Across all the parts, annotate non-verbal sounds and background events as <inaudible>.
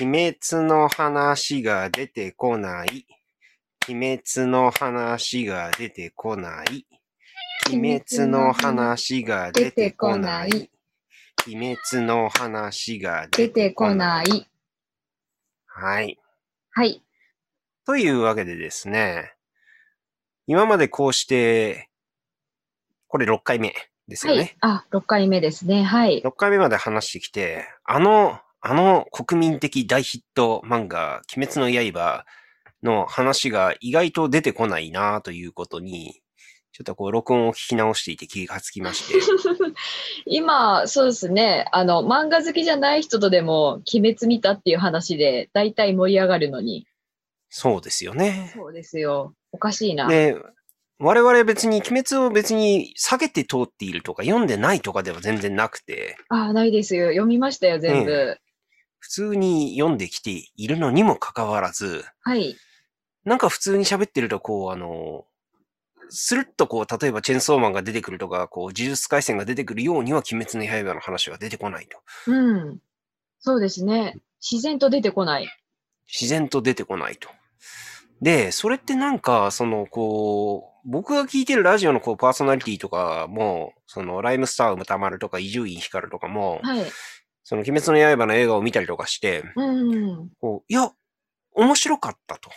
鬼滅の話が出てこない。鬼滅の話が出てこない。鬼滅の話が出てこない。鬼滅の話が。出てこないい。はい。はい。というわけでですね、今までこうして、これ6回目ですはよね。い。あ、6回目ですね。はい。 6回目まで話してきて、あの、あの国民的大ヒット漫画、鬼滅の刃の話が意外と出てこないなということに、ちょっとこう録音を聞き直していて気がつきまして、 <laughs> 今、そうですね。あの、漫画好きじゃない人とでも、鬼滅見たっていう話で、だいたい盛り上がるのに。そうですよね。そうですよ。おかしいな。で、我々別に鬼滅を別に下げて通っているとか読んでないとかでは全然なくて、あ、ないですよ。読みましたよ、全部。普通に読んできているのにもかかわらず、はい。なんか普通に喋ってると、こう、あの、スルッとこう、例えばチェンソーマンが出てくるとか、こう、呪術廻戦が出てくるようには、鬼滅の刃の話は出てこないと。うん。そうですね。自然と出てこない。自然と出てこないと。で、それってなんか、その、こう、僕が聞いてるラジオのこう、パーソナリティとかも、その、ライムスター歌丸とか、伊集院光とかも、はい。その、鬼滅の刃の映画を見たりとかして、うん。こう、いや、面白かったと。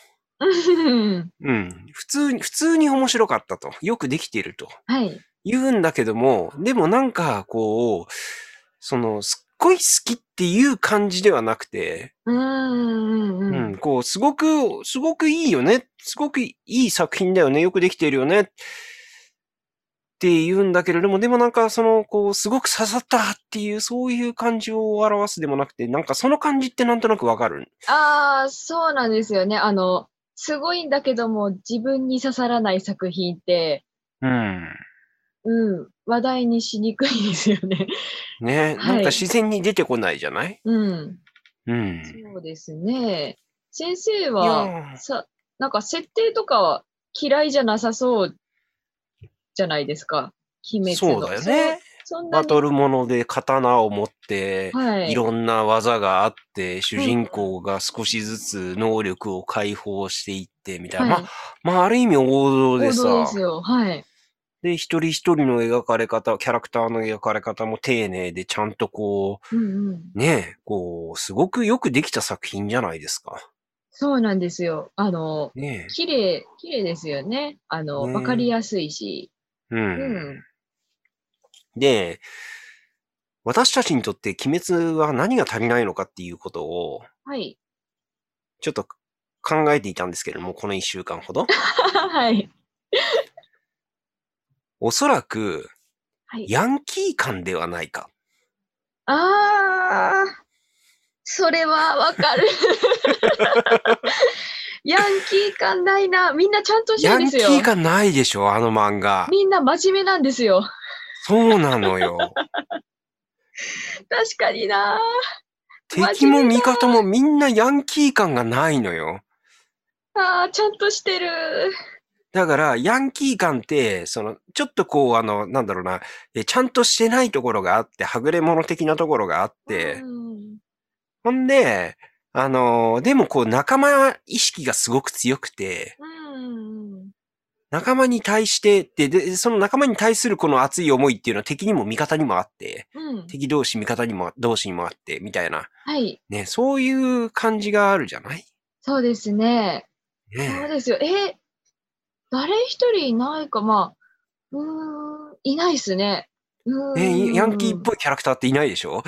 うん。普通に、普通に面白かったと。よくできていると。はい。言うんだけども、でもなんかこう、その、すっごい好きっていう感じではなくて、うんうんう、うんん。こう、すごく、すごくいいよね。すごくいい作品だよね。よくできているよね。って言うんだけれども、でもなんかその、こう、すごく刺さったっていう、そういう感じを表すでもなくて、なんかその感じってなんとなくわかる。ああ、そうなんですよね。あの、すごいんだけども、自分に刺さらない作品って、うん。うん、話題にしにくいですよね。 <laughs> ね、はいなんか自然に出てこないじゃないうん。うん。そうですね。先生いは、やさ、なんか設定とかは嫌いじゃなさそうじゃないですか。鬼滅その。うだよね。そ。そんなバに、トルもので刀を持って、はい。いろんな技があって、主人公が少しずつ能力を解放していって、みたいな。はいまあ、まあ、ある意味王道で王道さで。すよ。はい。で、一人一人の描かれ方、キャラクターの描かれ方も丁寧で、ちゃんとこうんうん。う、ねえ、こう、すごくよくできた作品じゃないですか。そうなんですよ。あの、ね綺麗、綺麗ですよね。あの、ねわかりやすいし。え。うん。うん。で、私たちにとって鬼滅は何が足りないのかっていうことを、はい。ちょっと考えていたんですけれども、この一週 <laughs> 間ほど。はい。おそらく、はい。ヤンキー感ではないか。あー、それはわか <laughs> る。ヤンキー感ないな。みんなちゃんとしてヤるんンでキすよ。ー感ないでしょ、あの漫画。みんな真面目なんですよ。そうなのよ。 <laughs> 確かにな。敵も味方もみんなヤンキー感がないのよ。あー、ちゃんとしてる。だから、ヤンキー感って、その、ちょっとこう、あの、なんだろうな、えちゃんとしてないところがあって、はぐれ者的なところがあって、うんほんで、あのーでもこう、仲間意識がすごく強くて、うん。仲間に対してって、で、その仲間に対するこの熱い思いっていうのは敵にも味方にもあって、うん。敵同士味方にも、同士にもあって、みたいな。はい。ね、そういう感じがあるじゃないそうですね。そうねですよ。えー誰一人いないか、まあ、うーん、いないっすね。うーん。え。ねヤンキーっぽいキャラクターっていないでしょ鬼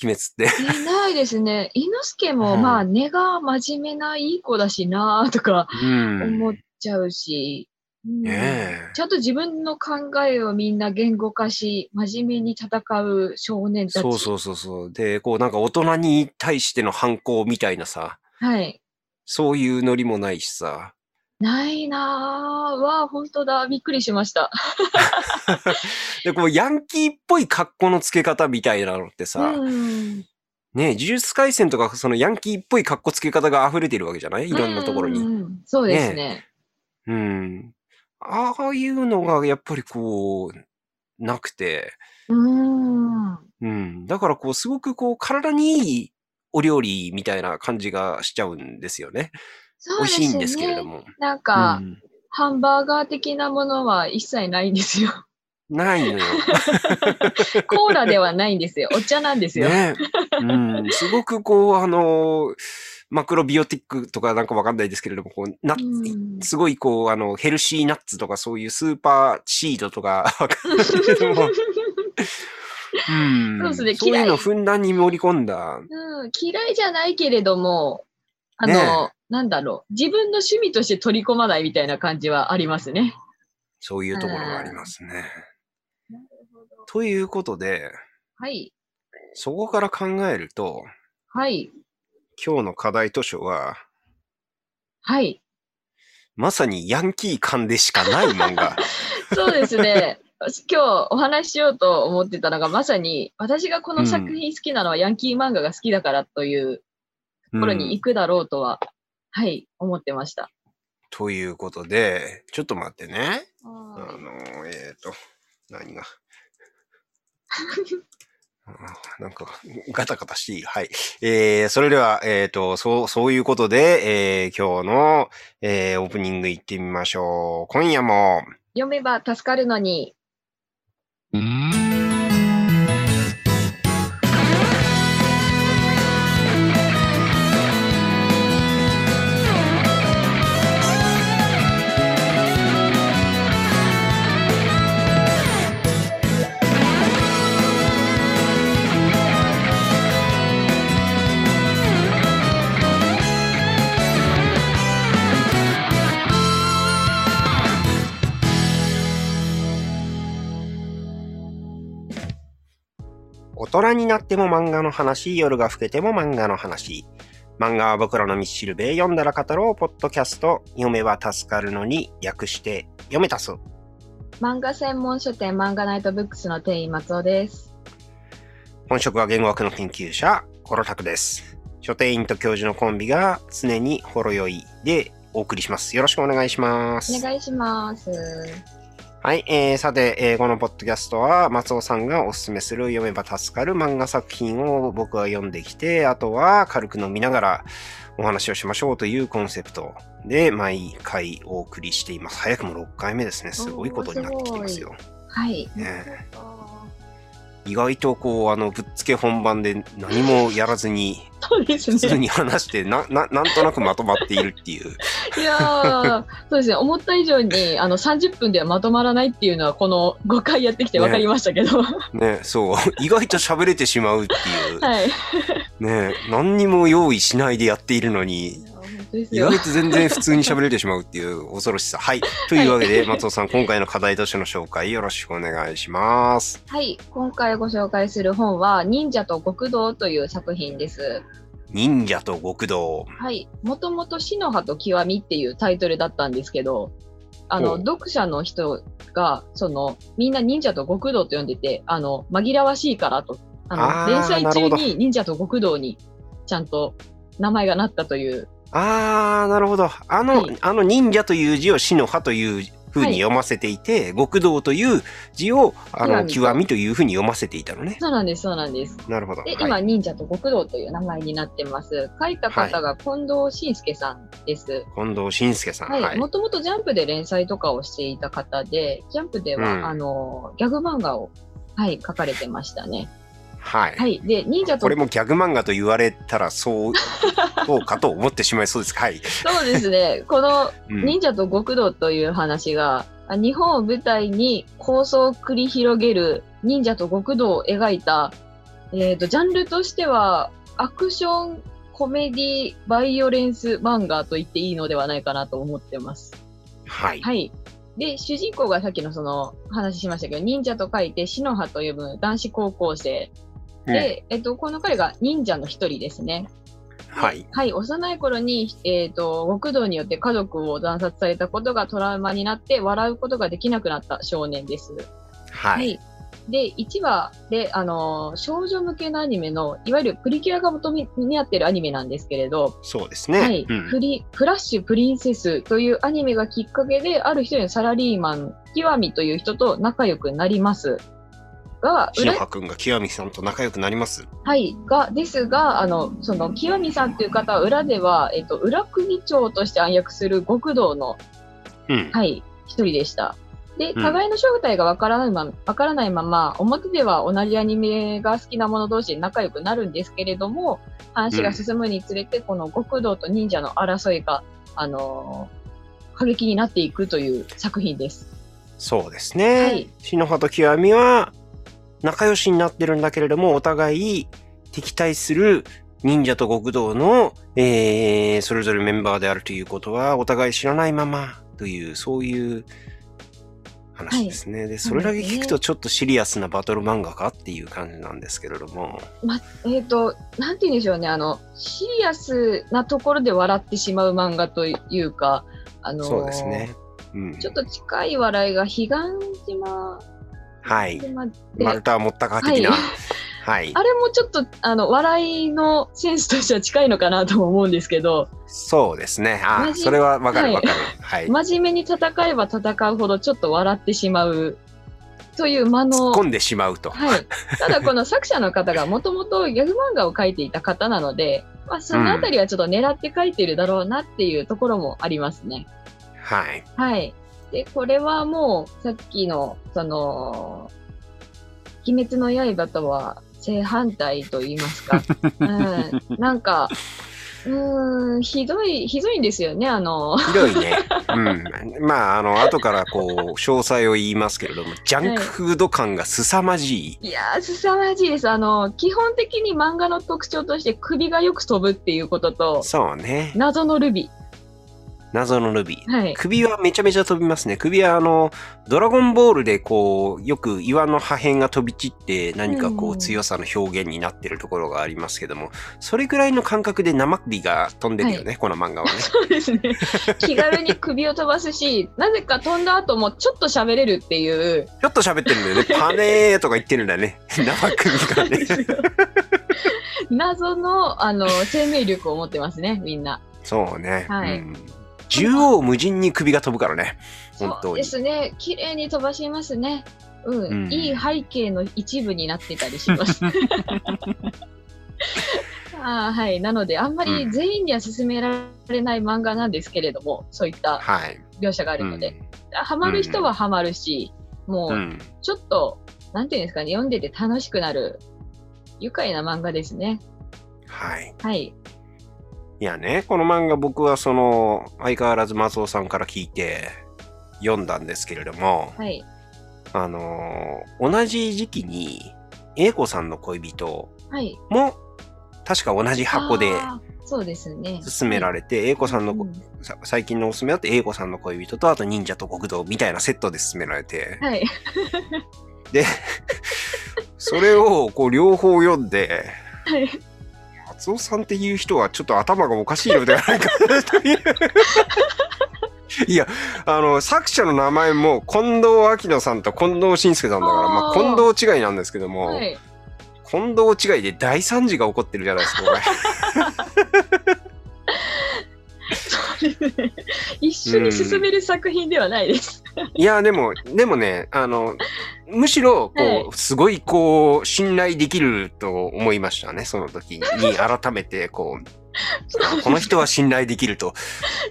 滅って。いないですね。猪之助うも、んまあ、根が真面目ないい子だしなとかうん。思っねちゃうし、うんえ。ちゃんと自分の考えをみんな言語化し、真面目に戦う少年たち。そうそうそうそう。で、こうなんか大人に対しての反抗みたいなさ、はい。そういうノリもないしさ。ないなぁ。わあ、本当だ。びっくりしました。で、こうヤンキーっぽい格好の付け方みたいなのってうさ、ん。ね、呪術廻戦とかそのヤンキーっぽい格好付け方が溢れてるわけじゃないいろんなところうに。んうんそうですね。うん。ああいうのがやっぱりこう、なくて、うーん。うん。だからこう、すごくこう、体にいいお料理みたいな感じがしちゃうんですよね。そ美う味しですいんですけれよどね。も。なんか、うんハンバーガー的なものは一切ないんですよ。ないのよ。コーラではないんですよ。お茶なんですよ。ねえ。うん。すごくこう、あのーマクロビオティックとかなんかわかんないですけれども、こう、ナッうツんすごいこう、あの、ヘルシーナッツとかそういうスーパーシードとか、わかんないけど <laughs> もうんそうですねそうい嫌ういのをふんだんに盛り込んだ。うん、嫌いじゃないけれども、あの、ねなんだろう、自分の趣味として取り込まないみたいな感じはありますね。そういうところがありますね。ということで、はい、そこから考えると、はい、今日の課題図書は、はい。まさにヤンキー感でしかない漫画。そうですね。 <laughs> 今日お話ししようと思ってたのが、まさに私がこうのん作品好きなのはヤンキー漫画が好きだからというところにうん行くだろうとは、はい、思ってました。ということで、ちょっと待ってね。あはのー、えっ、と、何が。 <laughs> あーなんか、ガタガタしい。はい。えー、それでは、えっ、と、そう、そういうことで、えー、今日の、えー、オープニング行ってみましょう。今夜も、い読めば助かるのに、大人になっても漫画の話、夜が更けても漫画の話。漫画は僕らのミッシルベ読んだら語ろう、ポッドキャスト、読めば助かるのに、略して、読めたす。漫画専門書店漫画ナイトブックスの店員松尾です。本職は言語学の研究者、コロタクです。書店員と教授のコンビが常にほろ酔いでお送りします。よろしくお願いします。お願いします。はい、えー、さて、えーこのポッドキャストは松尾さんがおすすめする読めば助かる漫画作品を僕は読んできて、あとは軽く飲みながらお話をしましょうというコンセプトで毎回お送りしています。早くも6回目ですね。すごいことになってきていますよ。はい。ね意外とこう、あの、ぶっつけ本番で何もやらずに <laughs> そうです普通ね。に話してな、な、なんとなくまとまっているっていう。いやーそうですね。思った以上に、あの、30分ではまとまらないっていうのは、この5回やってきて分かりましたけ <laughs> ど。ね、そう。意外と喋れてしまうっていう。はい。ね、何にも用意しないでやっているのに、本当です意よ。外と全然普通に喋れてしまうっていう恐ろしさ。 <laughs> はい。というわけで、松尾さん、今回の課題としての紹介よろしくお願いします。はい。今回ご紹介する本は、忍者と極道という作品です。忍者と極道。はい。もともと、死の葉と極みっていうタイトルだったんですけど、あほうの、読者の人が、その、みんな忍者と極道と呼んでて、あの、紛らわしいからと、ああーの、連載なるほど中に忍者と極道に、ちゃんと名前がなったという、あー、なるほど。あの、はいあの忍者という字を死の葉という風に読ませていて、極道という字を、あの、極みと極みという風に読ませていたのね。そうなんです、そうなんです。なるほど。で、は今、い、忍者と極道という名前になってます。書いた方が近藤信介さんです。近藤信介さん。はい。もともとジャンプで連載とかをしていた方で、ジャンプでは、うんあの、ギャグ漫画を、はい、書かれてましたね。はい。はい。で、忍者ことれ、もギャグ漫画と言われたらそう、そうかと思ってしまいそうです。はい。そうですね、このうん、忍者と極道という話が、あ日本を舞台に構想を繰り広げる忍者と極道を描いた、えー、とジャンルとしてはアクションコメディバイオレンス漫画と言っていいのではないかなと思ってます。はい。はい。で、主人公がさっきのその話しましたけど、忍者と書いて、篠葉と呼ぶ男子高校生。で、えっと、この彼が忍者の一人ですね。はい。はい、幼い頃に、えー、と極道によって家族を惨殺されたことがトラウマになって笑うことができなくなった少年です。はい。で1話で、あのー少女向けのアニメのいわゆるプリキュアが元になってるアニメなんですけれど、そうですね。はいうんフリフラッシュ・プリンセスというアニメがきっかけである一人のサラリーマン極みという人と仲良くなります。が、日野葉くんが清美さんと仲良くなります。はい、が、ですが、あの、その、清美さんという方は裏では、えっと、裏組長として暗躍する極道の、うん。はい、一人でした。で、うん互いの正体がわからないまま、わからないまま、表では同じアニメが好きな者同士で仲良くなるんですけれども、話が進むにつれて、この極道と忍者の争いが、あのー過激になっていくという作品です。そうですね。はい篠葉と清美は仲良しになってるんだけれども、お互い敵対する忍者と極道の、えー、それぞれメンバーであるということは、お互い知らないままという、そういう話ですね。で、それだけ聞くとちょっとシリアスなバトル漫画かっていう感じなんですけれども。えっ、と、なんて言うんでしょうね、あの、シリアスなところで笑ってしまう漫画というか、あのーそうですね。うんち。ょっと近い笑いが彼岸島はい。島で、丸太はもったか的な。ははい。あれもちょっとあの笑いのセンスとしては近いのかなとも思うんですけどそうですね。あマあ、ジそれはわかはるいわかる。はい。真面目に戦えば戦うほどちょっと笑ってしまうという間突のっ、込んでしまうと。はい、ただこの作者の方がもともとギャグ漫画を描いていた方なので、まあ、そのあたりはちょっと狙って描いてるだろうなっていうところもありますね。はい。はい。で、これはもう、さっきの、その、鬼滅の刃とは正反対と言いますか。うん。なんか、うーん、ひどい、ひどいんですよね、あの、ひどい <laughs> ね。うん。まあ、あの、後からこう、詳細を言いますけれども、ジャンクフード感が凄まじい。いやー、凄まじいです。あの、基本的に漫画の特徴として首がよく飛ぶっていうことと、そうね。謎のルビ謎のルビー。 <laughs> はい。首はめちゃめちゃ飛びますね。首はあの、ドラゴンボールでこう、よく岩の破片が飛び散って何かこううん強さの表現になってるところがありますけども、それぐらいの感覚で生首が飛んでるよね、この漫画はね。そうですね。気軽に首を飛ばすし、なぜか飛んだ後もちょっと喋れるっていう。ちょっと喋ってるんだよ <laughs> ね。パネーとか言ってるんだよね。生首がね。 <laughs> 謎のあの生命力を持ってますね、みんな。そうね。はいうん縦横無尽に首が飛ぶからね。本そ当うにで。すね、綺麗に飛ばしますね。うん、うんいい背景の一部になってたりします。 <laughs> あーはい、なので、あんまり全員には勧められない漫画なんですけれども、そういったはい。描写があるので、ハマる人はハマるし、もうん。うう、んちょっと、なんていうんですかね、読んでて楽しくなる、愉快な漫画ですね。はい。はい。いやね、この漫画僕はその、相変わらず松尾さんから聞いて、読んだんですけれども、はい。あのー同じ時期に、英子さんの恋人はい。も、確か同じ箱であーそうですね。勧められて、英子さんのこ、さ最近のおすすめだって英子さんの恋人と、あと忍者と極道みたいなセットで勧められて、はい。で、それをこう両方読んで、はい松尾さんっていう人はちょっと頭がおかしいのではないかという。いや、あの、作者の名前も近藤明乃さんと近藤慎介さんだから、まああー近藤違いなんですけども、はい。近藤違いで大惨事が起こってるじゃないですか、こ <laughs> れ。そうですね。一緒に進める作品ではないです。いや、でも、でもね、あの、むしろ、こはう、すごい、こう、信頼できると思いましたね、その時に、改めて、こう、あこの人は信頼できる <laughs> と。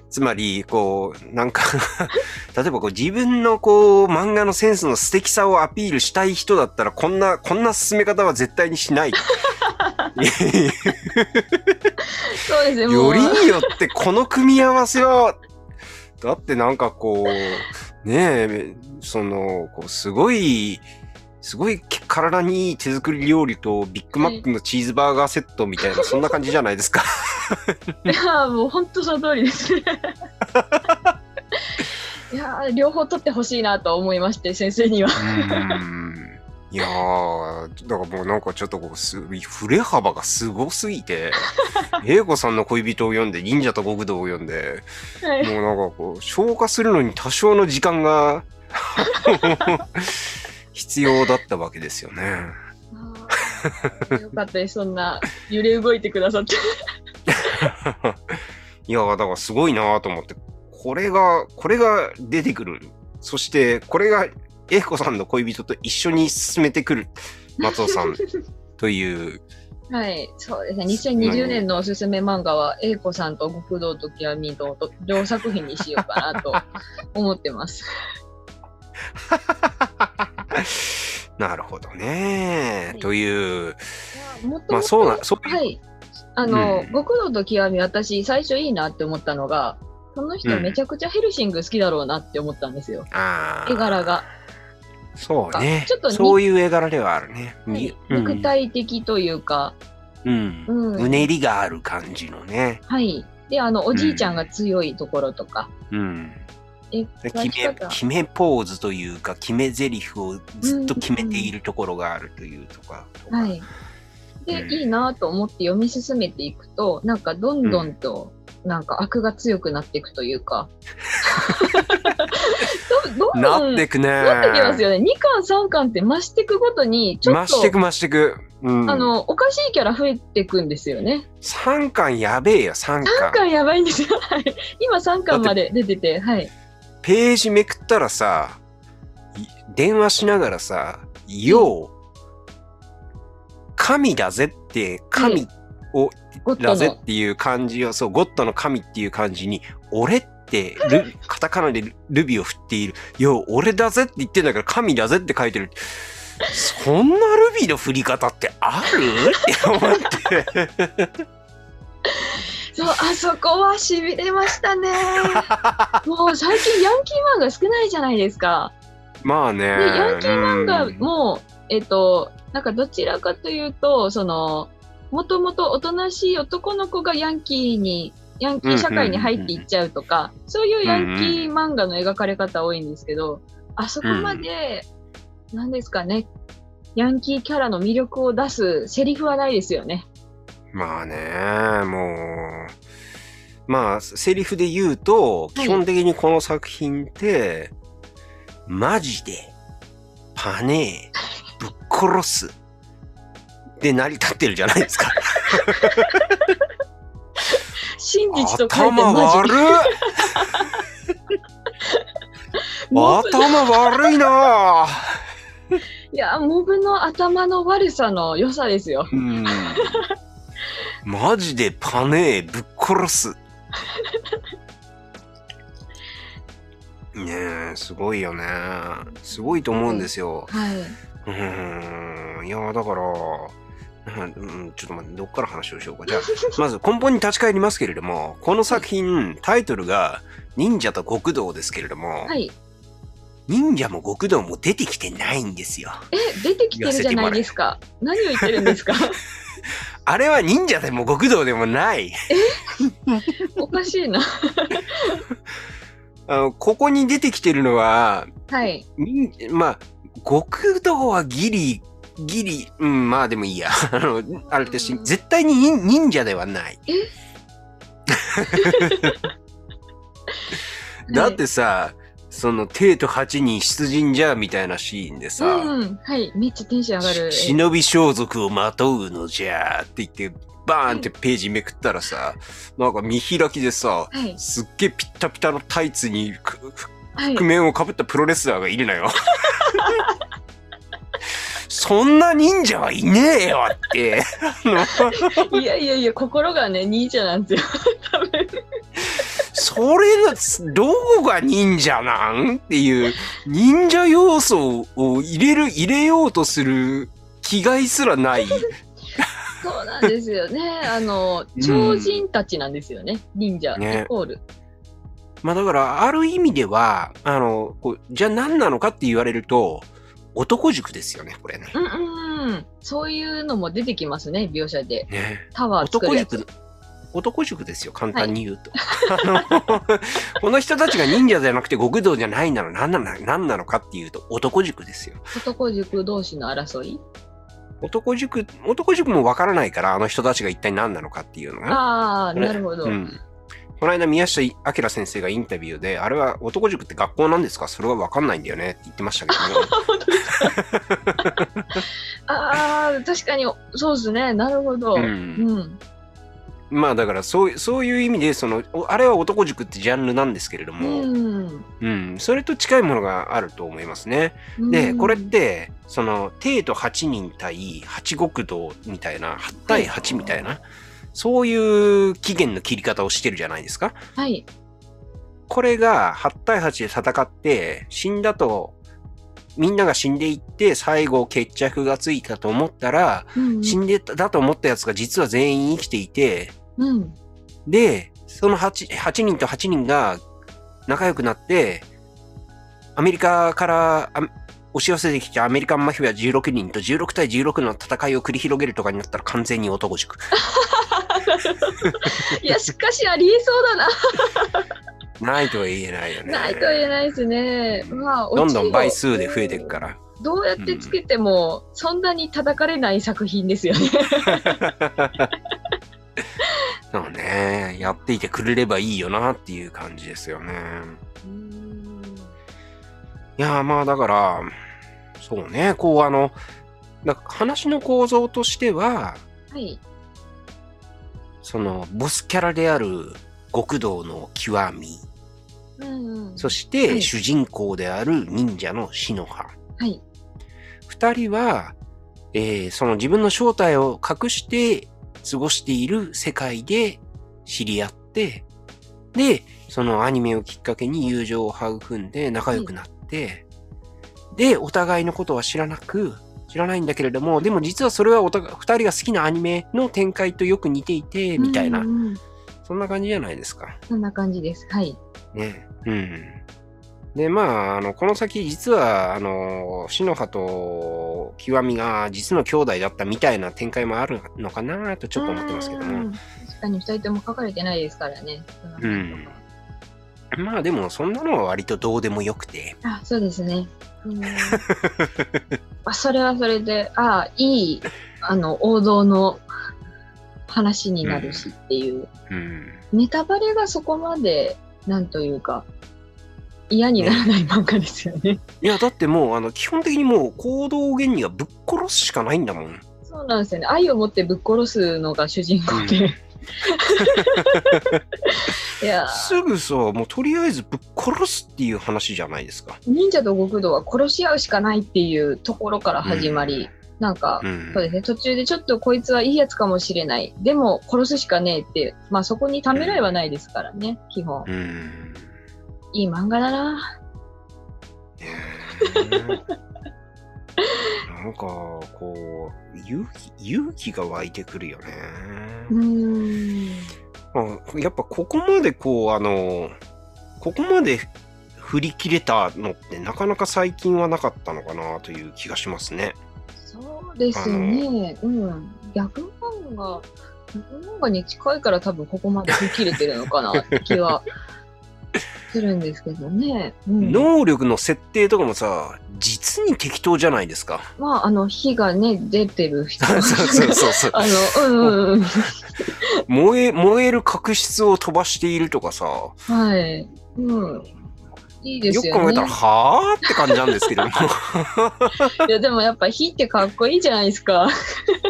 つまり、こう、なんか、 <laughs> 例えば、こう、自分の、こう、漫画のセンスの素敵さをアピールしたい人だったら、こんな、こんな進め方は絶対にし <laughs> ない。そう <laughs> ですね。もようりによってこの組み合わせは、だってなんかこう、ねえ、その、こうすごい、すごい体にいい手作り料理とビッグマックのチーズバーガーセットみたいな、そんな感じじゃないですか。いやーもう本当その通りです <laughs> ね。いやー両方取ってほしいなと思いまして先生には。うんいやー、だからもうなんかちょっとこうす、振れ幅がすごすぎて、英子さんの恋人を読んで、忍者と極道を読んで、 <laughs> はいもうなんかこう、消化するのに多少の時間が必要だったわけですよね。あーよかったですそんな揺れ動いてくださって。いや、だからすごいなと思って、これが、これが出てくる。そして、これが英子さんの恋人と一緒に進めてくる松尾さんという、はい、そうですね。2020年のおすすめ漫画は、英子さんと極道と極み堂と両作品にしようかなと思ってます。なるほどね、はいという、もとまあそうな、そういう、はい。あの、うん極道と極み、私、最初いいなって思ったのが、この人うんめちゃくちゃヘルシング好きだろうなって思ったんですよ。あー絵柄が。そうねちょっと。にそういう絵柄ではあるね。はいうん肉体的というか、うん。うんうねりがある感じのね。はい。で、あの、おじいちゃんが強いところとか、うん。え、で描決きめ方、決めポーズというか、決め台詞をずっと決めているところがあるというとか。はい。でう、んいいなと思って読み進めていくと、なんかどんどんと、なんか悪が強くなっていくという <laughs> か。どどんなどっんてくね。なってきますよね。2巻、3巻って増していくごとに、ちょ増っとして、く増してく。うん。あの、おかしいキャラ増えていくんですよね。 3巻やべえよ、3巻。 3巻やばいんですよ。はい今3巻まで出てて、はい。ページめくったらさ、い電話しながらさ、よう、神だぜって、神をゴッだドぜのっ。ていう感じを、そう、ゴッドの神っていう感じに、俺ってル、カタカナでルルビを振っている。よう、俺だぜって言ってんだから、神だぜって書いてる。そんなルビの振り方ってあるって思って。 <laughs> そう、あそこは痺れまし <laughs> たね。もう最近ヤンキー漫画少ないじゃないですか。まあね。で、ヤンキー漫画うんも、えっ、と、なんかどちらかというと、その、もともとおとなしい男の子がヤンキーに、ヤンキー社会に入っていっちゃうとか、そういうヤンキー漫画の描かれ方多いんですけど、あそこまで、なんですかね、ヤンキーキャラの魅力を出すセリフはないですよね。まあね、もう、まあ、セリフで言うと、はい基本的にこの作品って、マジで、パネー、ぶっ殺す、で成り立ってるじゃない <laughs> ですか。真実と書いて頭マ悪ジ。いモブ頭悪いなぁいや、モブの頭の悪さの良さですよ。うん。マジでパネー、ぶっ殺す。ねえ、すごいよね。すごいと思うんですよ。はい。うーん、いやー、だから、うんうん、ちょっと待って、どっから話をしようか。じゃあ、まず根本に立ち返りますけれども、この作品、タイトルが、忍者と極道ですけれども、 <laughs> はい。忍者も極道も出てきてないんですよ。え、出てきてるじゃないですか。何を言ってるんですかあれは忍者でも極道でもない。おかしいな。あの、ここに出てきてるのは、はい。忍まあ、極道はギリ、ギリ、うん、まあでもいいや。 <laughs> あの、あれってし絶対に忍忍者では <laughs> ない。だってさ、その、帝都8人出陣じゃ、みたいなシーンでうさ、んうん。はい。めっちゃテンション上がる。し忍び装束をまとうのじゃ、って言って、バーンってページめくったらさ、なんか見開きでさ、はい。すっげえピッタピタのタイツにくはい覆。面をかぶったプロレスラーがいるのよ。そんな忍者はいねえよって。あのいやいやいや、心がね、忍者なんですよ。多分。それがどこが忍者なんっていう忍者要素を入れる入れようとする気概すらない。そうなんですよね。あのう、ん超人たちなんですよね。忍者、ねイコール。まあだからある意味ではあのこうじゃあ何なのかって言われると男塾ですよねこれね。うんうんうん。そういうのも出てきますね、描写で。ねタワー作男るや塾つ。男塾ですよ、簡単に言うと。あの <laughs> この人たちが忍者じゃなくて極道じゃないなら何なの何なのかっていうと男塾ですよ。男塾同士の争い。男塾、男塾もわからないから、あの人たちが一体何なのかっていうのが。ああ、これなるほど。うん。この間宮下明先生がインタビューで、あれは男塾って学校なんですかそれはわかんないんだよねって言ってましたけど <laughs> ね。ああ、確かに、そうですね。なるほど。ううんん。まあだからそういそういう意味でそのおあれは男塾ってジャンルなんですけれども、うんうん。それと近いものがあると思いますね。でこれってその帝都8人対8極道みたいな8対8みたいな、そういう期限の切り方をしてるじゃないですか。はい。これが8対8で戦って、死んだと、みんなが死んでいって、最後決着がついたと思ったら、うん死んでただと思ったやつが実は全員生きていて、うん。で、その 8, 8人と8人が仲良くなって、アメリカからあ押し寄せてきたアメリカンマフィア16人と16対16の戦いを繰り広げるとかになったら完全に男塾。 <laughs> いや、しかしありえそうだな。ないとは言えないよね。ないとは言えないですね。まあ、 <laughs> どんどん倍数落ちでる増えていく <laughs> から。どうやってつけても、そんなに叩かれない作品ですよね。そうね。やっていてくれればいいよなっていう感じですよね。いやーまあだから、そうね。こうあの、なんか話の構造としては、はい。そのボスキャラである極道の極み、うんうんそしはてい主人公である忍者のシノハ。はい。二人は、えーその自分の正体を隠して過ごしている世界で知り合って、で、そのアニメをきっかけに友情を育んで仲良くなって、で、お互いのことは知らなく、知らないんだけれども、でも実はそれはお互い二人が好きなアニメの展開とよく似ていて、みたいな、うんうんうんそんな感じじゃないですか。そんな感じです。はい。ね。うん。で、まあ、あの、この先、実は、あの、篠葉と極みが実の兄弟だったみたいな展開もあるのかなとちょっと思ってますけどうも。ん確かに二人とも書かれてないですからね。うん。まあでも、そんなのは割とどうでもよくて。あ、そうですね。うん <laughs> まあ、それはそれで、あいい、あの、王道の話になるしっていう。うん。ネタバレがそこまで、なんというか、嫌にならない漫画ですよね。いや、だってもう、あの、基本的にもう行動原理がぶっ殺すしかないんだもん。そうなんですよね。愛を持ってぶっ殺すのが主人公で。 <laughs> いやー、すぐさ、もうとりあえずぶっ殺すっていう話じゃないですか。忍者と極道は殺し合うしかないっていうところから始まり、なんか、うんそう。ですね、途中でちょっとこいつはいいやつかもしれない。でも殺すしかねえって、まあそこにためらいはないですからね、基本。うん。いい漫画だな。ねえ <laughs> なんかこう勇気勇気が湧いてくるよね、うーん。まあやっぱここまでこうあのここまで振り切れたのってなかなか最近はなかったのかなという気がしますねそうですね、うん。逆漫画、逆漫画に近いから多分ここまで吹っ切れてるのかなって気 <laughs> はするんですけどね。うん、能力の設定とかもさ実に適当じゃない <laughs> ですかまあ、あの、火がね、出てる人。そうそうそうそうあの、うんうんうん。燃え燃える角質を飛ばしているとかさはい。うん。いいでよくすよね。考えたらはあって感じなんですけどもいやでもやっぱ火ってかっこいいじゃないですか。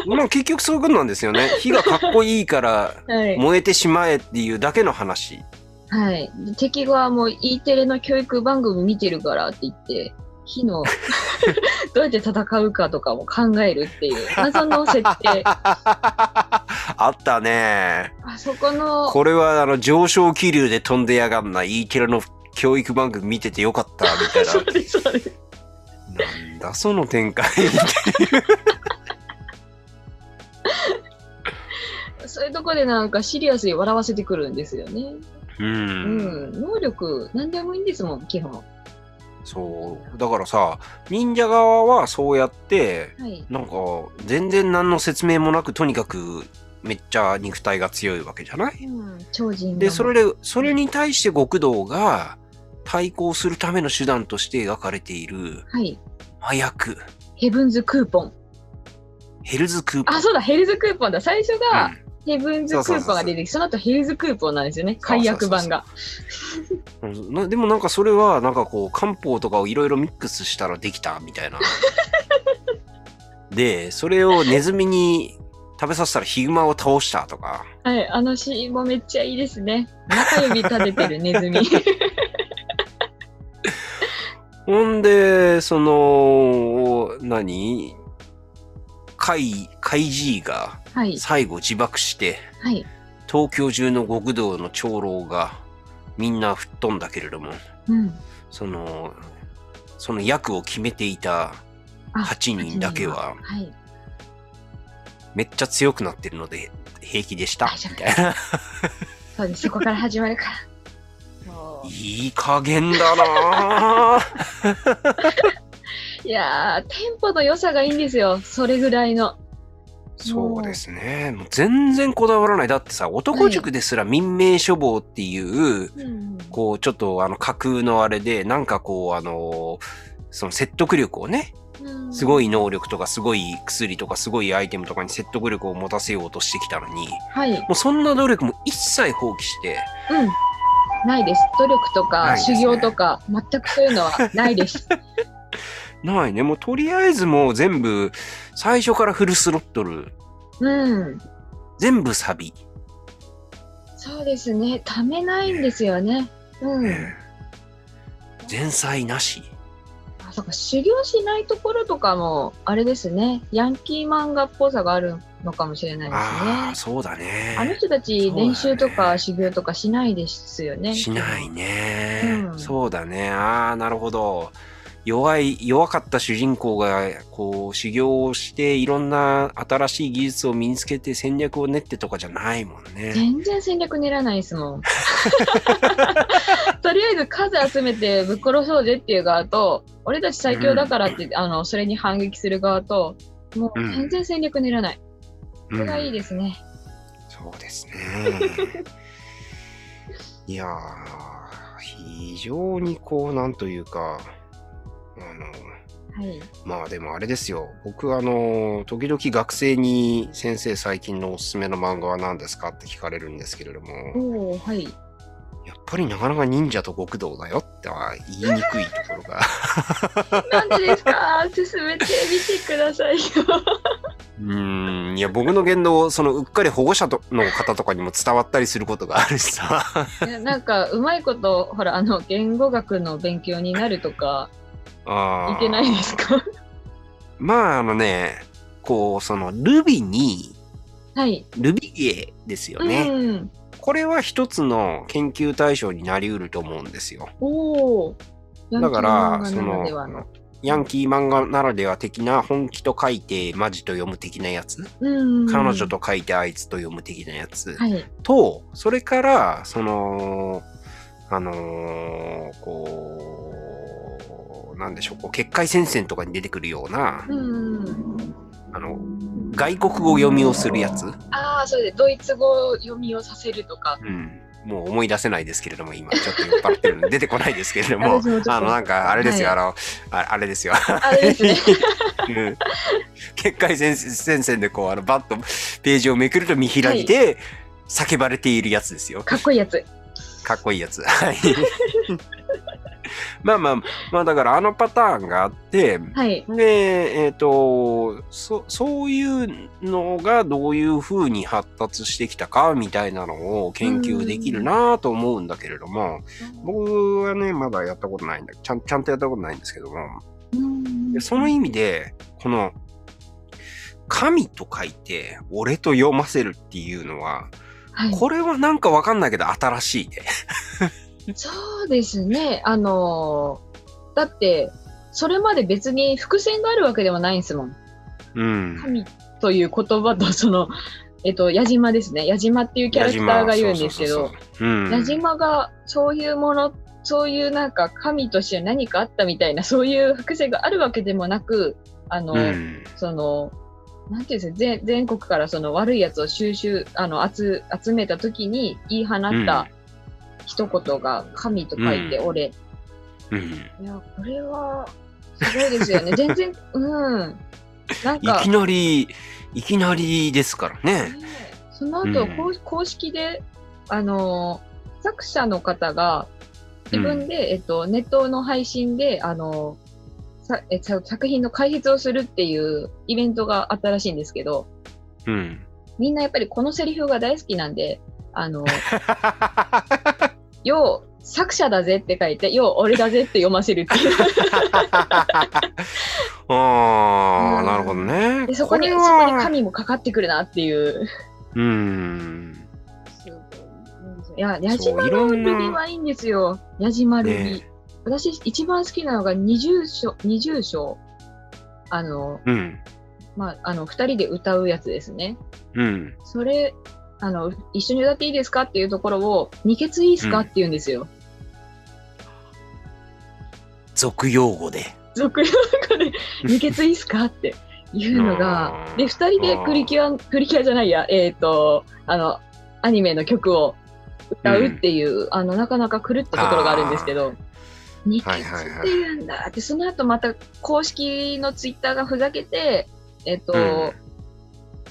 まあ結局そういうことなんですよね。火がかっこいいからはい。燃えてしまえっていうだけの話。 <laughs> はい。敵側も E テレの教育番組見てるからって言って、火 <laughs> のどうやって戦うかとかも考えるっていう謎の設 <laughs> 定。あったね。あそこの、これはあの上昇気流で飛んでやがんな。E テレの教育番組見ててよかったみたいな。そうですそうですなんだその展開。 <laughs> そういうとこでなんかシリアスに笑わせてくるんですよね。う。うんん。能力、何でもいいんですもん、基本。はそう。だからさ、忍者側はそうやって、い。なんか全然何の説明もなくとにかくめっちゃ肉体が強いわけじゃないうん。超人だもんで、それで、それに対して極道が対抗するための手段として描かれているはい。麻薬、ヘブンズクーポン。ヘルズクーポン。あ、そうだ、ヘルズクーポンだ。最初が、うんヘブンズクーポンが出てきて、その後ヘルズクーポンなんですよね、そうそうそうそう解約版が。うんなでもなんかそれは、なんかこう、漢方とかをいろいろミックスしたらできたみたいな。で、それをネズミに食べさせたらヒグマを倒したとか、はい、あのシーンもめっちゃいいですね。中指立ててるネズミ。ほんで、その、何カイ、カイジーがはい、最後自爆して、はい。東京中の極道の長老がみんな吹っ飛んだけれども、うん。その、その役を決めていたあ8人だけははい。めっちゃ強くなってるので平気でした大丈夫みたいな。そうです。そこから始まるから。もういい加減だなぁいやー、テンポの良さがいいんですよ。それぐらいの。そうですね。もう全然こだわらない。だってさ、男塾ですら民命処方っていう、うん。こう、ちょっとあの架空のあれで、なんかこう、あの、その説得力をね、すごい。い能力とかすごい薬とかすごいアイテムとかに説得力を持たせようとしてきたのに、はい。もうそんな努力も一切放棄して、うん。ないです。努力とないかですね修行とか、全くそういうのはな <laughs> いです。ないね。もうとりあえずもう全部、最初からフルスロットル、うん。全部サビ。そうですね。ためないんですよね。うん。前菜なし。あそうか修行しないところとかも、あれですね。ヤンキー漫画っぽさがあるのかもしれないであすねあ、。そうだあのね。人たち練習とそうだねか修行とかしないですよね。しない。ね。うんそうだね。ああ、なるほど。弱い、弱かった主人公が、こう、修行をして、いろんな新しい技術を身につけて戦略を練ってとかじゃないもんね。全然戦略練らないですもん。 <laughs> とりあえず数集めてぶっ殺そうぜっていう側と、俺たち最強だからって、あのそれに反撃する側と、もううん全然戦略練らない。うそれんがいいですね。そう <laughs> ですね。いやー、非常にこう、なんというか、あの、はい。まあでもあれですよ。僕、あの、時々学生に先生最近のおすすめの漫画は何ですかって聞かれるんですけれども、おおはい。やっぱりなかなか忍者と極道だよっては言いにくいところが。なんでですか <laughs> 進めてみてくださいよ。 <laughs> うーん、いや、僕の言動、そのうっかり保護者との方とかにも伝わったりすることがあるしさ。いやなんか、うまいこと、ほら、あの、言語学の勉強になるとか、 <laughs> あいーけないです <laughs> かまあ、あのね、こう、その、ルビに、はい。ルビゲーですよね。うん。これは一つの研究対象になりうると思うんですよ。おお。だから、ヤンキそー漫画ならのではの、ヤンキー漫画ならでは的な、本気と書いてマジと読む的なやつ、うん彼女。と書いてあいつと読む的なやつはい。と、それから、その、あのーこう、なんでしょう、こう結界戦線とかに出てくるような、うん。あの、外国語読みをするやつ。ああ、そうです。ドイツ語読みをさせるとか。うん、もう思い出せないですけれども、今、ちょっと酔っ払ってるので出てこないですけれども私もちょっ、とあの、なんか、あれですよ、はいあの、ああれですよ、あれですね。 <laughs> うん結界戦戦線で、こう、あの、バッとページをめくると見開いて、叫ばれているやつですよ。かっこいいやつ。かっこいいやつ。はい。まあまあ、まあだから、あのパターンがあって、はい。で、えっ、と、そ、そういうのがどういう風に発達してきたかみたいなのを研究できるなぁと思うんだけれども、僕はね、まだやったことないんだちゃん、ちゃんとやったことないんですけども、でその意味で、この、神と書いて、俺と読ませるっていうのは、はい、これはなんかわかんないけど新しいね。そうですね。あのーだって、それまで別に伏線があるわけではないんですもん。うん。神という言葉と、その、えっと、矢島ですね。矢島っていうキャラクターが言うんですけそどう、そうそうそう。うん。矢島がそういうもの、そういうなんか神として何かあったみたいな、そういう伏線があるわけでもなく、あの、うん。その、なんていうんですか、全全国からその悪いやつを収集、あの、集集めた時に言い放った一言が、神と書いてう俺。うん。いや、これは、すごいですよね。全然、うん。なんいかき、なり、いきなりですからね。ねその後、うん公公式で、あのー作者の方が自分で、えっと、ネットの配信で、あのーさえさ作品の解説をするっていうイベントがあったらしいんですけど、 <laughs> うん。みんなやっぱりこのセリフが大好きなんで、<laughs> あの、よう、作者だぜって書いて、よう、俺だぜって読ませるって <laughs> いう。ああ、なるほどね。でそこに、それこには神もかかってくるなっていう。うん。いや、矢島いろのんなルビはいいんですよ。矢島ルビ。ね私、一番好きなのが二重章、二重章。あの、うん。まあ、あの、二人で歌うやつですね。うん。それ、あの、一緒に歌っていいですかっていうところを、二血いいですかうんって言うんですよ。俗用語で。俗用語で、二血いいですかっていうのがう、んで、二人でプリキュア、プリキュアじゃないや、えっ、と、あの、アニメの曲を歌うっていう、あの、なかなか狂ったところがあるんですけど、二血はいっはいはいていうんだって、その後また公式のツイッターがふざけて、えっ、と、うん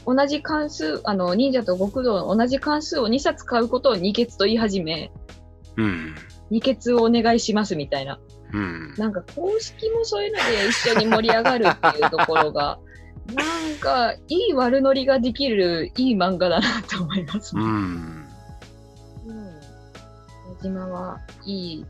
同じ関数、あの、忍者と極道の同じ関数を2冊買うことを二血と言い始め、うん。二血をお願いしますみたいな。うん。なんか公式もそういうので一緒に盛り上がるっていうところが、 <laughs> なんかいい悪ノリができるいい漫画だなと思いますうん。ね。うん。矢島はいい。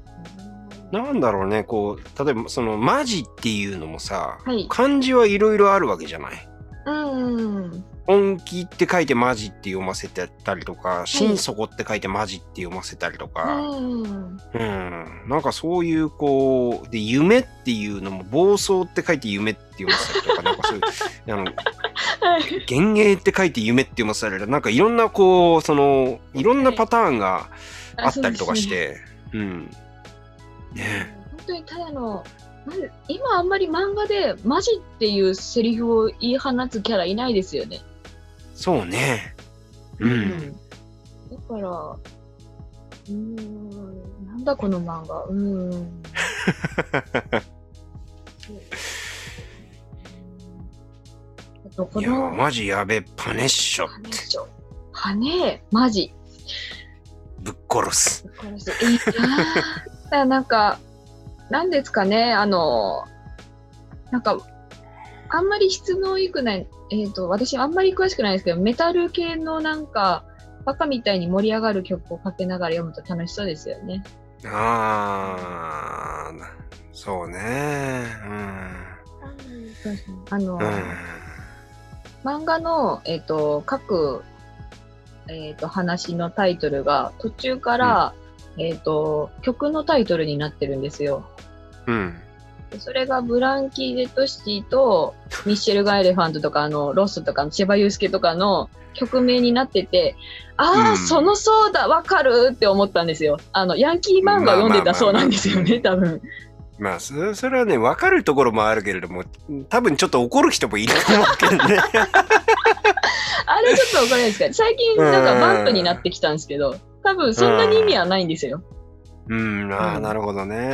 なんだろうね、こう、例えばその、マジっていうのもさ、はい漢字はいろいろあるわけじゃない。うん。本気って書いてマジって読ませてたりとか、心底って書いてマジって読ませたりとか、うん。うん。なんかそういう、こう、で、夢っていうのも、暴走って書いて夢って読ませたりとか、なん <laughs> かそういう、あの、はい。幻影って書いて夢って読ませられるなんかいろんなこうそのいろんなパターンがあったりとかしてうんね本当にただの、なんで今あんまり漫画でマジっていうセリフを言い放つキャラいないですよね。そうねううんんだから、うーん、なんだこの漫画、うーん。あとこいやのマジやべパネッショ羽根しょ羽根マジ。ぶっ殺すこの人えいやーだからなんか、なんですかね、あの、なんか、あんまり質の良くない、えっ、と、私あんまり詳しくないんですけど、メタル系のなんか、バカみたいに盛り上がる曲をかけながら読むと楽しそうですよね。あーそうねうんあの、うん漫画の、えっ、と、各、えっ、と、話のタイトルが途中から、えっ、と、曲のタイトルになってるんですよ。うんでそれがブランキー・デトシティと <laughs> ミッシェル・ガイレファントとかあのロスとか千葉雄介とかの曲名になっててあうあ、んそのそうだわかるって思ったんですよあのヤンキー漫画を読んでたそうなんですよね多分まあそそれはね分かるところもあるけれども多分ちょっと怒る人もいると思うけどねあれちょっとわかんないで <laughs> すけど最近なんうかんバンプになってきたんですけど多分そんなに意味はないんですよ <laughs> うんあうあんなるほどねう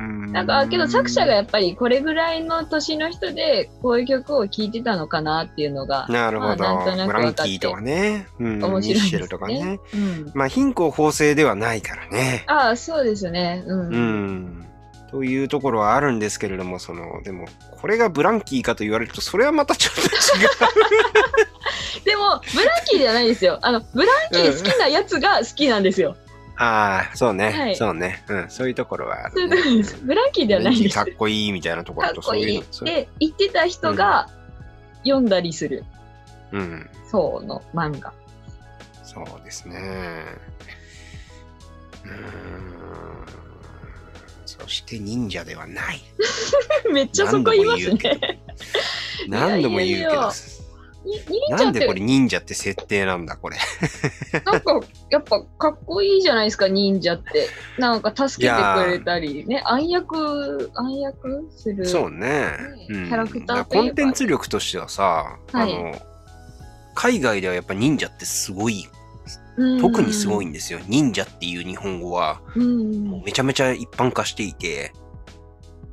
んなんかけど作者がやっぱりこれぐらいの年の人でこういう曲を聴いてたのかなっていうのが、なるほど。まあなんとなブくランキーとかね、うん、ミ面ッ白いシでェすルとかねね。うん、まあ、貧困法制ではないからね。ああそうですねううんん。というところはあるんですけれども、その、でも、これがブランキーかと言われると、それはまたちょっとでも、ブランキーじゃないですよ。あの、ブランキー好きなやつが好きなんですよ。違う。ああ、そうね、はいそうね。うん、そういうところはあそういる、うとねこ。ろです。ブランキーではないんですかよっ。こいいみたいなとこかろっと、こそういいういの。。そういうで、言ってた人が読んだりする、うん。そうの漫画。 <laughs> そうですね。うーん。そして忍者ではない。めっちゃそこ言いますね。何度も言うけど。何度も言うけいやいやいどなやに忍者っんでこてれ、忍者って設定なんだこれ。なんか、やっぱかっこいいじゃないですか、忍者って。なんか助けてくれたり、ね、暗躍、暗躍する。そうね。ううんん、キャラクターといえばだからコンテンツ力としてはさ、はいあの海外ではやっぱ忍者ってすごいうん特にすごい。んですよ。忍者っていう日本語はうんもう。めちゃめちゃ一般化していて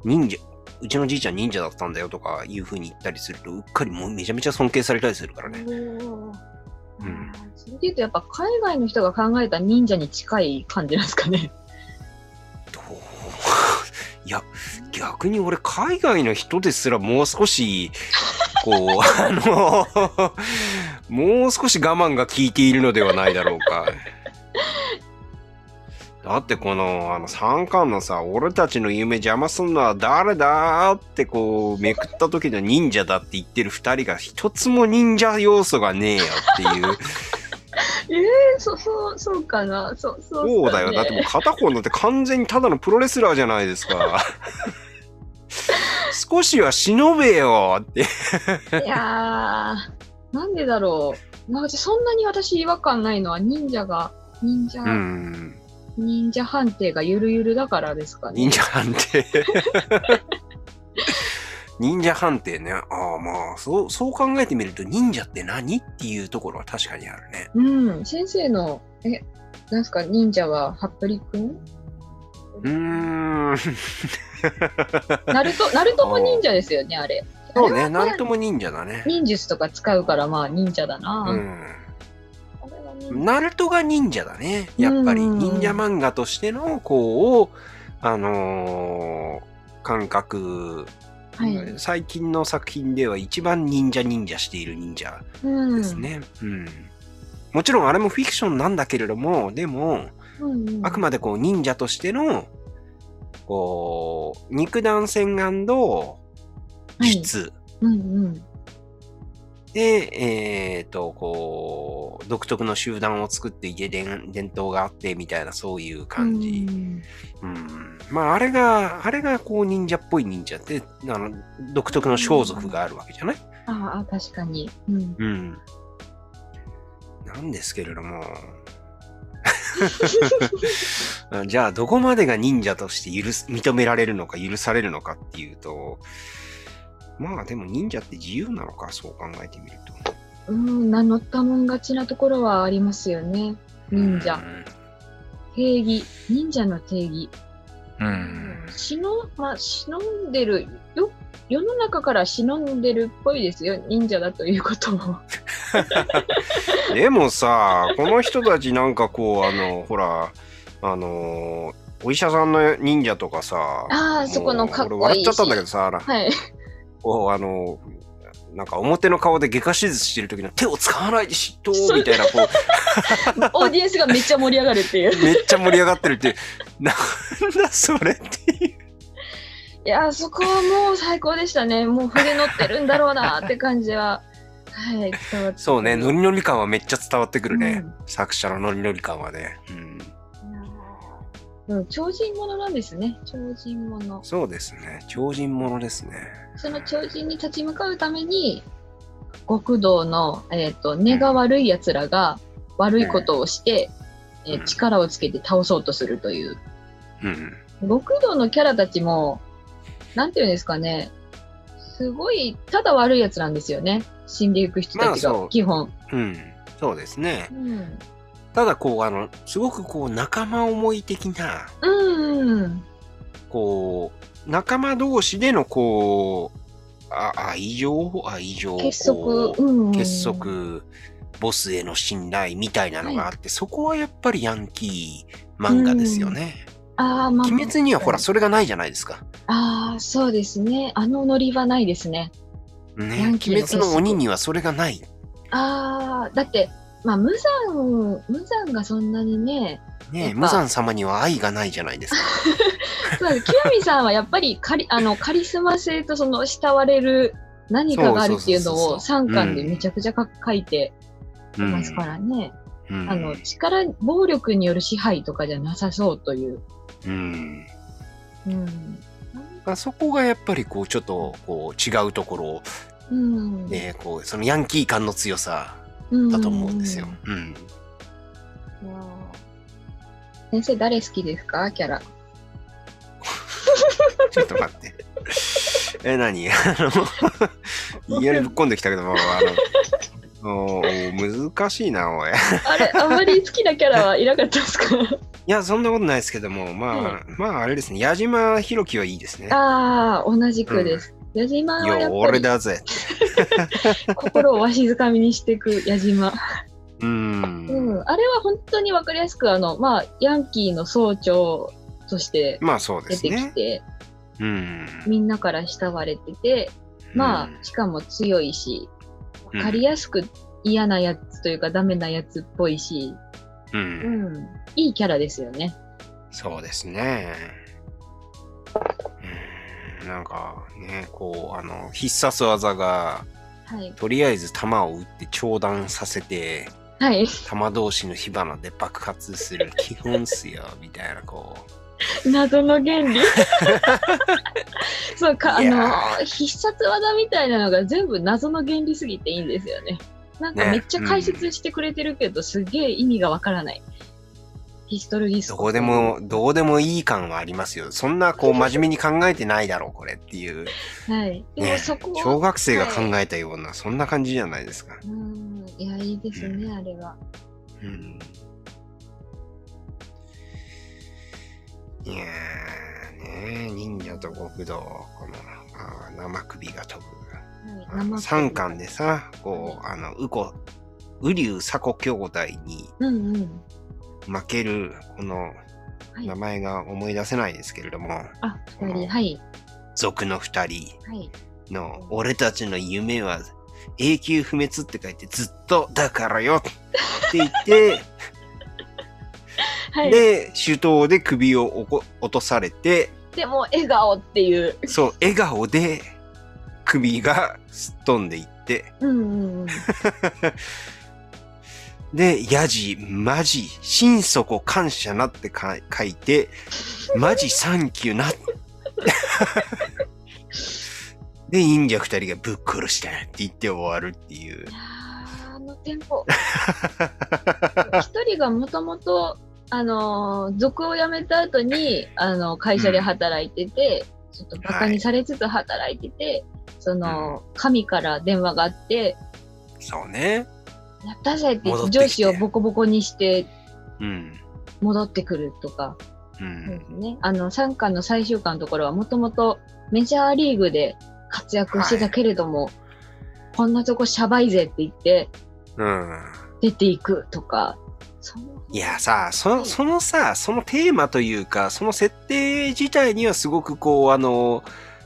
忍者うちのじいちゃん忍者だったんだよとかいうふうに言ったりするとうっかりもうめちゃめちゃ尊敬されたりするからね。おーうんそれで言うとやっぱ海外の人が考えた忍者に近い感じなんですかね。どう <laughs> いや逆に俺海外の人ですらもう少しこうあのもう少し我慢が効いているのではないだろうか。だってこの、あの、三巻のさ、俺たちの夢邪魔すんのは誰だってこう、めくった時の忍者だって言ってる二人が一つも忍者要素がねえよっていう。 <laughs> えー、そ、そう、そうかな。そう、そうっすかね、そうだよ。だってもう片方なんて完全にただのプロレスラーじゃないです <laughs> か。少しは忍べよって。いやー、なんでだろう。なんかそんなに私違和感ないのは忍者が、忍者、うん。忍者判定がゆるゆるだからですかね。忍者判定忍者判定ね。ああまあ、そう、そう考えてみると忍者って何っていうところは確かにあるね。うん、先生の、え、なんすか、忍者は、服部くんうーん。ナルト、ナルトも忍者ですよね、あれ。 <laughs> そうね、あれはなんとも忍者だね。忍術とか使うから、まあ、忍者だな。うん。あれは忍者ナルトが忍者だね。やっぱりうん忍者漫画としての、こう、あのー感覚、はい。最近の作品では一番忍者忍者している忍者うん。ですね。うん、もちろんあれもフィクションなんだけれども、でも、うんうん。あくまでこう忍者としての、こう、肉弾戦はい術うんうん。で、えっ、と、こう、独特の集団を作って家伝伝統があってみたいなそういう感じう。んうん。まあ、あれが、あれがこう忍者っぽい忍者って、あの、独特の装束があるわけじゃないああ、確かに。うん。 <laughs> うん。なんですけれども。じゃあ、どこまでが忍者として許す、認められるのか許されるのかっていうと、まあでも忍者って自由なのか、そう考えてみると。うん、名乗ったもん勝ちなところはありますよね。忍者。定義。忍者の定義。うん。忍、まあ、忍んでる、よ、世の中から忍んでるっぽいですよ。忍者だということを。うんでもさ、この人たちなんかこう、あの、ほら、あの、お医者さんの忍者とかさ、あもあ、うそこのかっ俺こい笑いっし。ちゃったんだけどさ、あのはい。こうあのなんか表の顔で外科手術してる時の手を使わないで嫉妬みたいなこうオーディエンスがめっちゃ盛り上がるっていう。めっちゃ盛り上がってるっていう <laughs> なんだそれっていういやー、そこはもう最高でしたね。もう筆乗ってるんだろうなーって感じは。はい、伝わって。そうねノリノリ感はめっちゃ伝わってくるね、うん作者のノリノリ感はね、うん、うん、超人ものなんですね。超人もの。そうですね超人ものですねその超人に立ち向かうために、極道の、えっ、と、根が悪い奴らが悪いことをして、うんえー力をつけて倒そうとするという。うん極道のキャラたちも、なんていうんですかね、すごい、ただ悪い奴なんですよね。死んでいく人たちまあそが、う基本。うんそうですねうん。ただこうあのすごくこう仲間思い的なうんうん。こう仲間同士でのこうあ愛情愛情結こ束。ううん。結。束、ボスへの信頼みたいなのがあって、そこはやっぱりヤンキー漫画ですよね。ああ、まあ。鬼滅にはほら、うんそれがないじゃないですか。ああ、そうですね。あのノリはないですね。ね、ヤン鬼キーの滅結束の鬼にはそれがない。ああ、だって、まあ、無惨、無惨がそんなにね、やっね、ぱ無惨様には愛がないじゃないですか。 <laughs> そうです。清美さんはやっぱりカ <laughs> リ、あの、カリスマ性とその慕われる何かがあるっていうのそうそうそうそうを3巻でめちゃくちゃか書いてうますからね。うんあの、力、暴力による支配とかじゃなさそうという。うんうん。まあそこがやっぱりこう、ちょっとこう違うところ、うん。ね、こう、そのヤンキー感の強さうんだと思うんですよ。うん。いやー先生誰好きですかキャラ。ちょっと待って。え、何あ <laughs> の、いきなりぶっ込んできたけど、まあ、あの、おー難しいな、おい。いあれ、あまり好きなキャラはいなかったですかや、そんなことないですけども、まあ、はまあ、あれですね、矢島ひろきはいいですね。 <laughs> ああ、同じくです。矢島はやよ、俺っぱだぜ。り心をわしづかみにしていく矢島。うーん。うん、あれは本当にわかりやすくあの、まあ、ヤンキーの総長としてまあ、そうで出すてきね。て、うん。みんなから慕われてて、まうんあ、しかも強いし、わかりやすく嫌なやつというかダメなやつっぽいし、う。うんん、いいキャラですよね。そうですね。うんなんかね、こう、あの、必殺技が、はい。とりあえず弾を撃って長弾させて、はい。弾同士の火花で爆発する基本っすよ、みたいな、こう。謎の原 <laughs> 理。そうか、あいやの、必殺技みたいなのが全部謎の原理すぎていいんですよね。なんかねめっちゃ解説してくれてるけど、すげえ意味がわからない。ピストルリスどク。こでも、どうでもいい感はありますよ。そんな、こう、真面目に考えてないだろう、これっていう。はい。でもねそこは小学生が考えたような、そんな感じじゃないですか。うん。いや、いいですね、あれは。うん。いやー、ね忍者と極道、この、あー生首が飛ぶ。はいあの三巻。でさ、こう、あの、うこ、うりゅうさこ兄弟に生首うんうん。負ける、この、はい名。前が思い出せないですけれども、あ、二人。はい。族の二人はい。の、俺たちの夢は永久不滅って書いて、ずっとだからよって言って、 <laughs> はい。で、手刀で首をおこ落とされ <laughs> て、でも、笑顔っていう。そう、笑顔で首がすっ飛んでいって、うんうんうん。で、やじ、まじ、心底感謝なってか書いて、まじサンキューな。 <laughs> で、忍者二人がぶっ殺したって言って終わるっていうい。やーあのテンポ。 <laughs> 一人がもともと、あのー族を辞めた後に、あの、会社で働いてて、ちょっとバカにされつつ働いてて、その、神から電話があって、そうね。やったぜって戻ってきて上司をボコボコにしてうん。戻ってくるとか、うそうでんす。ね。あの、3巻の最終巻のところはもともとメジャーリーグで活躍してたけれども、こんなとこしゃばいぜって言ってうん。出ていくとか、そのいやさ、そ、そのさ、そのテーマというか、その設定自体にはすごくこう、あの、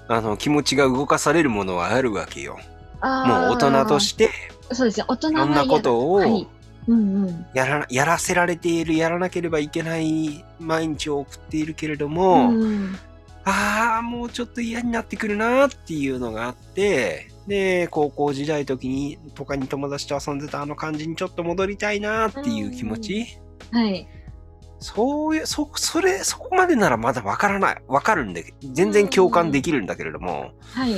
あの、気持ちが動かされるものはあるわけよ。もう大人として、そうですね、大人いはろんなことを、嫌だはいうんうん。やら、やらせられている、やらなければいけない毎日を送っているけれども、うんああ、もうちょっと嫌になってくるなっていうのがあって、で、高校時代時に、とかに友達と遊んでたあの感じにちょっと戻りたいなっていう気持ち、はい。そういう、そ、それ、そこまでならまだわからない。わかるんで、全然共感できるんだけれども、はい。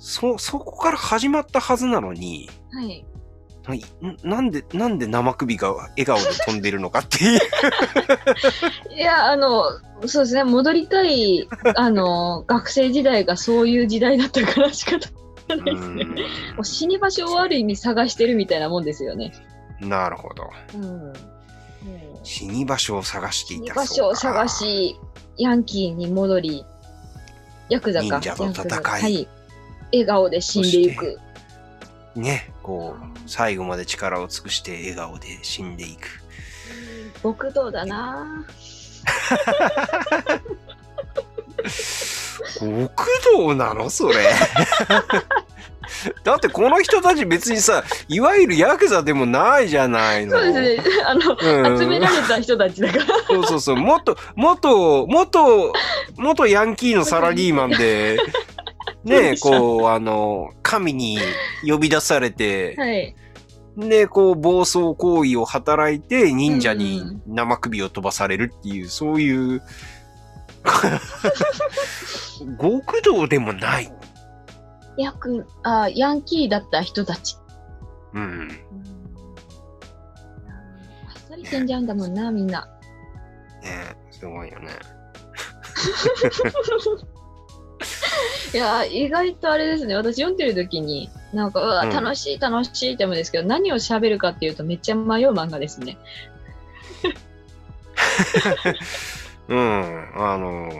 そ、そこから始まったはずなのに、はい。ないんなんで、なんで生首が笑顔で飛んでるのかって <laughs> いう。いや、あの、そうですね、戻りた <laughs> い、あの、学生時代がそういう時代だったから仕方ないですね。もうう死に場所をある意味探してるみたいなもんですよね。ーんなるほど。うん。死に場所を探して死いにた場所を探そうかし、ヤンキーに戻り、ヤクザか。忍者と戦いヤクザはい。笑顔で死んでいく。ね、こう、最後まで力を尽くして笑顔で死んでいく。極道だなぁ極道なのそれ。 <laughs> だってこの人たち別にさ、いわゆるヤクザでもないじゃないの。そうですね。あの、うん集められた人たちだから。そうそうそう。元、元、元、元ヤンキーのサラリーマン <laughs> で、ね、こう、あの、神に呼び出されて、はい。で、こう、暴走行為を働いて、忍者うんうにん生首を飛ばされるっていう、そういう、 <laughs> 極道でもない。ヤクあヤンキーだった人たち。うん。あっさり死んじゃうんだもんな、み <laughs> んな。ねすごいよね。いやー、意外とあれですね、私読んでる時に、なんか、うわ、うん楽しい、楽しいって思うんですけど、何を喋るかっていうと、めっちゃ迷う漫画ですね。うん。あの、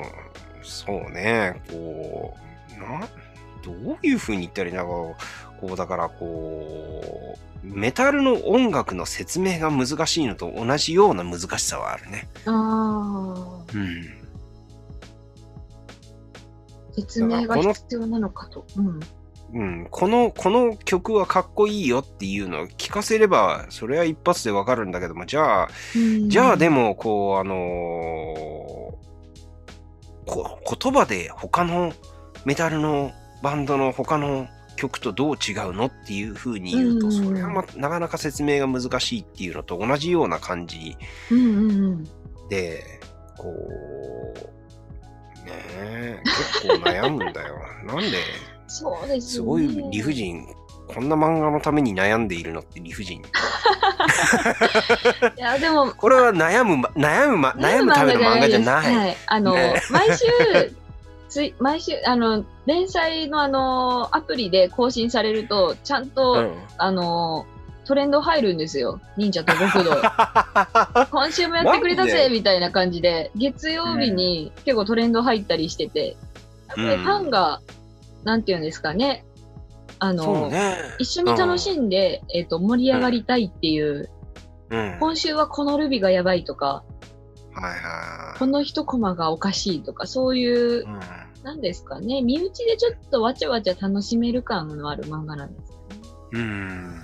そうね、こう、な、どういう風に言ったらいいんだろう。こう、だから、こう、メタルの音楽の説明が難しいのと同じような難しさはあるね。あうん。あ、説明が必要なのかと。うん。うん、この、この曲はかっこいいよっていうのを聞かせれば、それは一発でわかるんだけども、じゃあ、じゃあでも、も、こう、あのーこ言葉で他のメタルのバンドの他の曲とどう違うのっていう風に言うと、うんそれは、ま、なかなか説明が難しいっていうのと同じような感じうんうんうん、で、こう、ねえ、結構悩むんだよ。なんで、そうですすよごねい理不尽。こんな漫画のために悩んでいるのって理不尽。いやでもこれは悩むま、悩むま、悩むための漫画じゃない。はい、あの、ね毎週、つい、 <laughs> 毎週、あの、連載のあの、アプリで更新されると、ちゃんと、うん <laughs> あの、トレンド入るんですよ。忍者と <laughs> 極道。今週もやってくれたマジぜみたいな感じで、月曜日に結構トレンド入ったりしてて、うんでファンが、なんていうんですかね、あそうの、ね。一緒に楽しんで、えっ、と、盛り上がりたいっていうん。はう、い今週はこのルビがやばいとか、はこの一コマがおかしいとか、そういい。ううんなんですかね、身内でちょっとわちゃわちゃ楽しめる感のある漫画なんですよね。うん。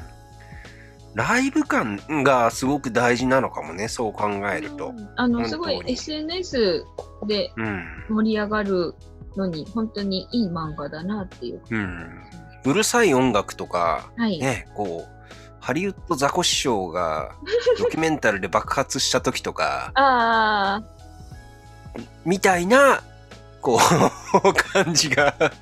ライブ感がすごく大事なのかもね、そう考えるうと。んあの、すごい本当に SNS でうん。盛り上がるのに、本当にいい漫画だなっていう。うん。うるさい音楽とか、はい。ね、こう、ハリウッドザコシショウがドキュメンタルで爆発した時とか、あみたいな、こう、 <laughs> 感じが、あ、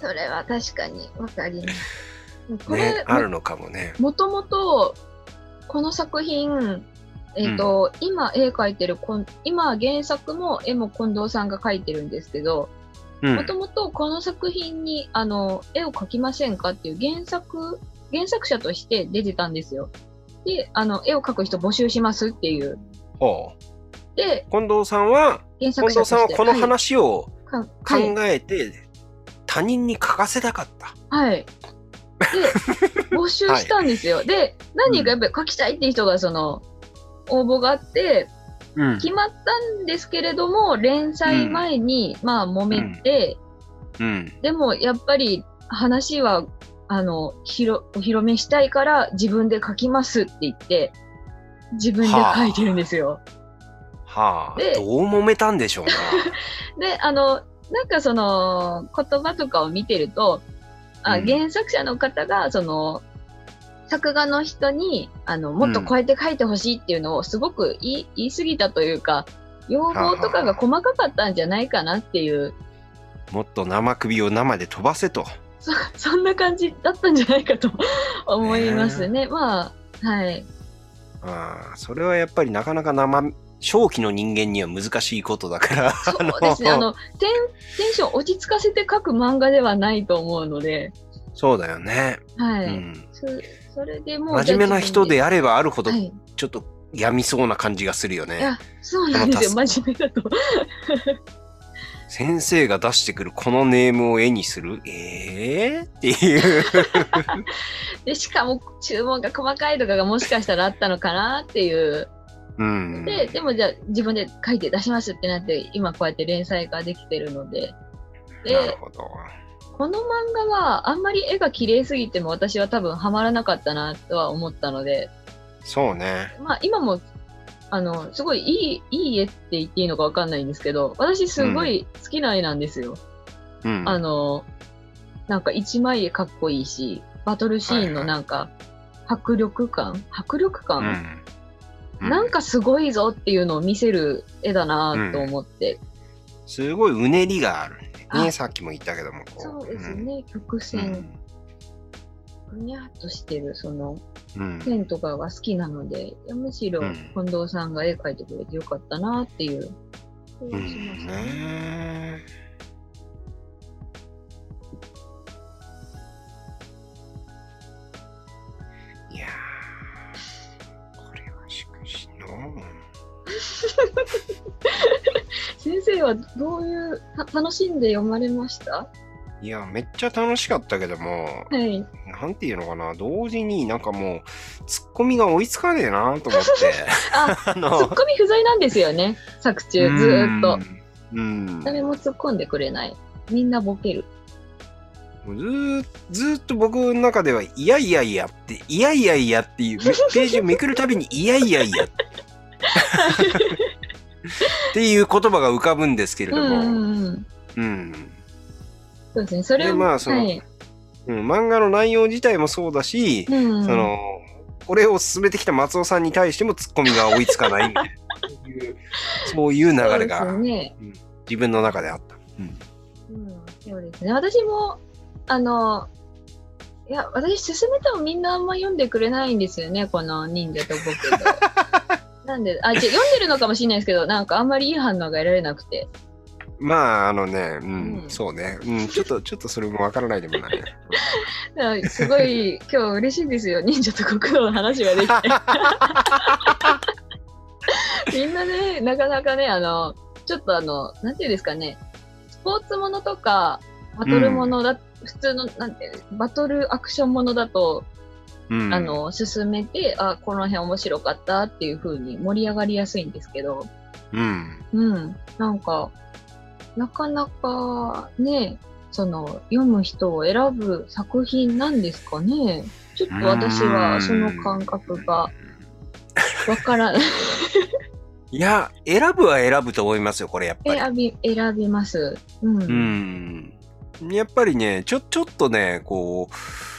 それは確かにわかります。これ、 <laughs> ね、あるのかもね。もともと、この作品、えっ、と、今絵描いてるこん、今原作も絵も近藤さんが描いてるんですけど、うもんと。もとこの作品に、あの、絵を描きませんかっていう原作、原作者として出てたんですよ。で、あの、絵を描く人募集しますっていう。ほうで、近藤さんは、原作近藤者として。さんはこのはい話を、か考はい。えて他人に書かせたかった。はい。で、募集したんですよ。で、何人かやっぱり書きたいっていう人がその、応募があって、うん決まったんですけれども、連載前に、まあ、揉めて、うん。でも、やっぱり、話は、あの、ひろ、お披露目したいから、自分で書きますって言って、自分で書いてるんですよ。はあ。でどう揉めたんでしょうな。 <laughs> で、あの、なんかその、言葉とかを見てると、あうん原作者の方が、その、作画の人に、あの、もっとこうやって書いてほしいっていうのをすごく言い,、言い過ぎたというか、要望とかが細かかったんじゃないかなっていう、もっと生首を生で飛ばせと。そ <laughs> そんな感じだったんじゃないかと思いますね。まあ、はい。ああ、それはやっぱりなかなか生、正気の人間には難しいことだから。 <laughs> そうですね。あの、テン、テンション落ち着かせて書く漫画ではないと思うので、そうだよね。はい。うん。そそれでもう、真面目な人でやあればあるほどは、い。ちょっと病みそうな感じがするよいね。や、そうなんですよ。このタ真面目だと。先生が出してくるこのネームを絵にするええっていう。で、しかも注文が細かいとかがもしかしたらあったのかなっていう。うん。で、でもじゃあ自分で書いて出しますってなって、今こうやって連載ができてるのなで。るで、ほど。この漫画はあんまり絵が綺麗すぎても私は多分ハマらなかったなとは思ったので、そうね。まあ今も、あの、すごいいい、いい絵って言っていいのかわかんないんですけど、私すごい好きな絵なんですよ。うん。あの、なんか一枚絵かっこいいし、バトルシーンのなんか、迫力感迫力う感、ん。うなんかすごいぞっていうのを見せる絵だなと思って。すごいうねりがあるんでね。あさっきも言ったけども。こそうです。ね、曲うんう線、んぐにゃっとしてる、その、うんペンとかが好きなので、いやむしろうん近藤さんが絵描いてくれてよかったなっていう。そううしましんたねいやーこれはしかしの先生はどういう、た楽しんで読まれましたいやめっちゃ楽しかったけどもはい。なんていうのかな同時になんかもうツッコミが追いつかねえな <laughs> と思って <laughs> あ、あツッコミ不在なんですよね、作中、ずーっと。うんうん誰も突っ込んでくれない。みんなボケる。もうずーずーっと僕の中では、いやいやいやって、いやいやいやっていう、めページをめくるたびに、いやいやいや。っていう言葉が浮かぶんですけれうどんも、うんうんうん。そうですね。それでを、まあそのはい。うん漫画の内容自体もそうだし、うんうん、その、これを進めてきた松尾さんに対してもツッコミが追いつかないみたいな、そういうそういう流れそうですがね。自分の中であった。うんうん、そうですね。私も、あの、いや、私、勧めてもみんなあんま読んでくれないんですよね、この忍者と僕と。なんで、あ、じゃ読んでるのかもしれないですけど、なんかあんまりいい反応が得られなくて。まあ、あのね、うん、うんそうね、うん、ちょっと、ちょっとそれもわからないでも <laughs> ないな。だからすごい、今日嬉しいんですよ、忍者と国王の話ができて。みんなね、なかなかね、あの、ちょっとあの、なんていうんですかね、スポーツものとか、バトルものだ、普通の、なんていうバトルアクションものだと、うん、あの、進めて、あ、この辺面白かったっていう風に盛り上がりやすいんですけど、うん、うん、なんか、なかなかね、その、読む人を選ぶ作品なんですかね。ちょっと私はその感覚がわか <laughs> らない。いや、選ぶは選ぶと思いますよ、これやっぱり。選び、選びます。うん。う、うんん。やっぱりね、ちょ、ちょっとね、こう、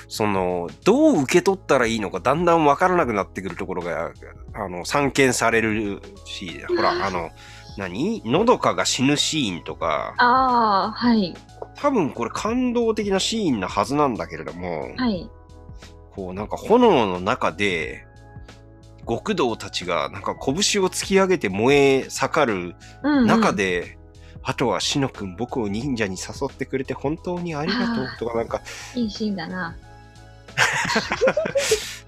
その、どう受け取ったらいいのか、だんだんわからなくなってくるところが、あの、散見されるし、ほら、あの、何のどかが死ぬシーンとか、ああ、はい、多分これ感動的なシーンなはずなんだけれども、はい。こうなんか炎の中で、極道たちがなんか拳を突き上げて燃え盛るうん、うん。中で、あとはしのくん僕を忍者に誘ってくれて本当にありがとうあーとかなんか、いいシーンだな。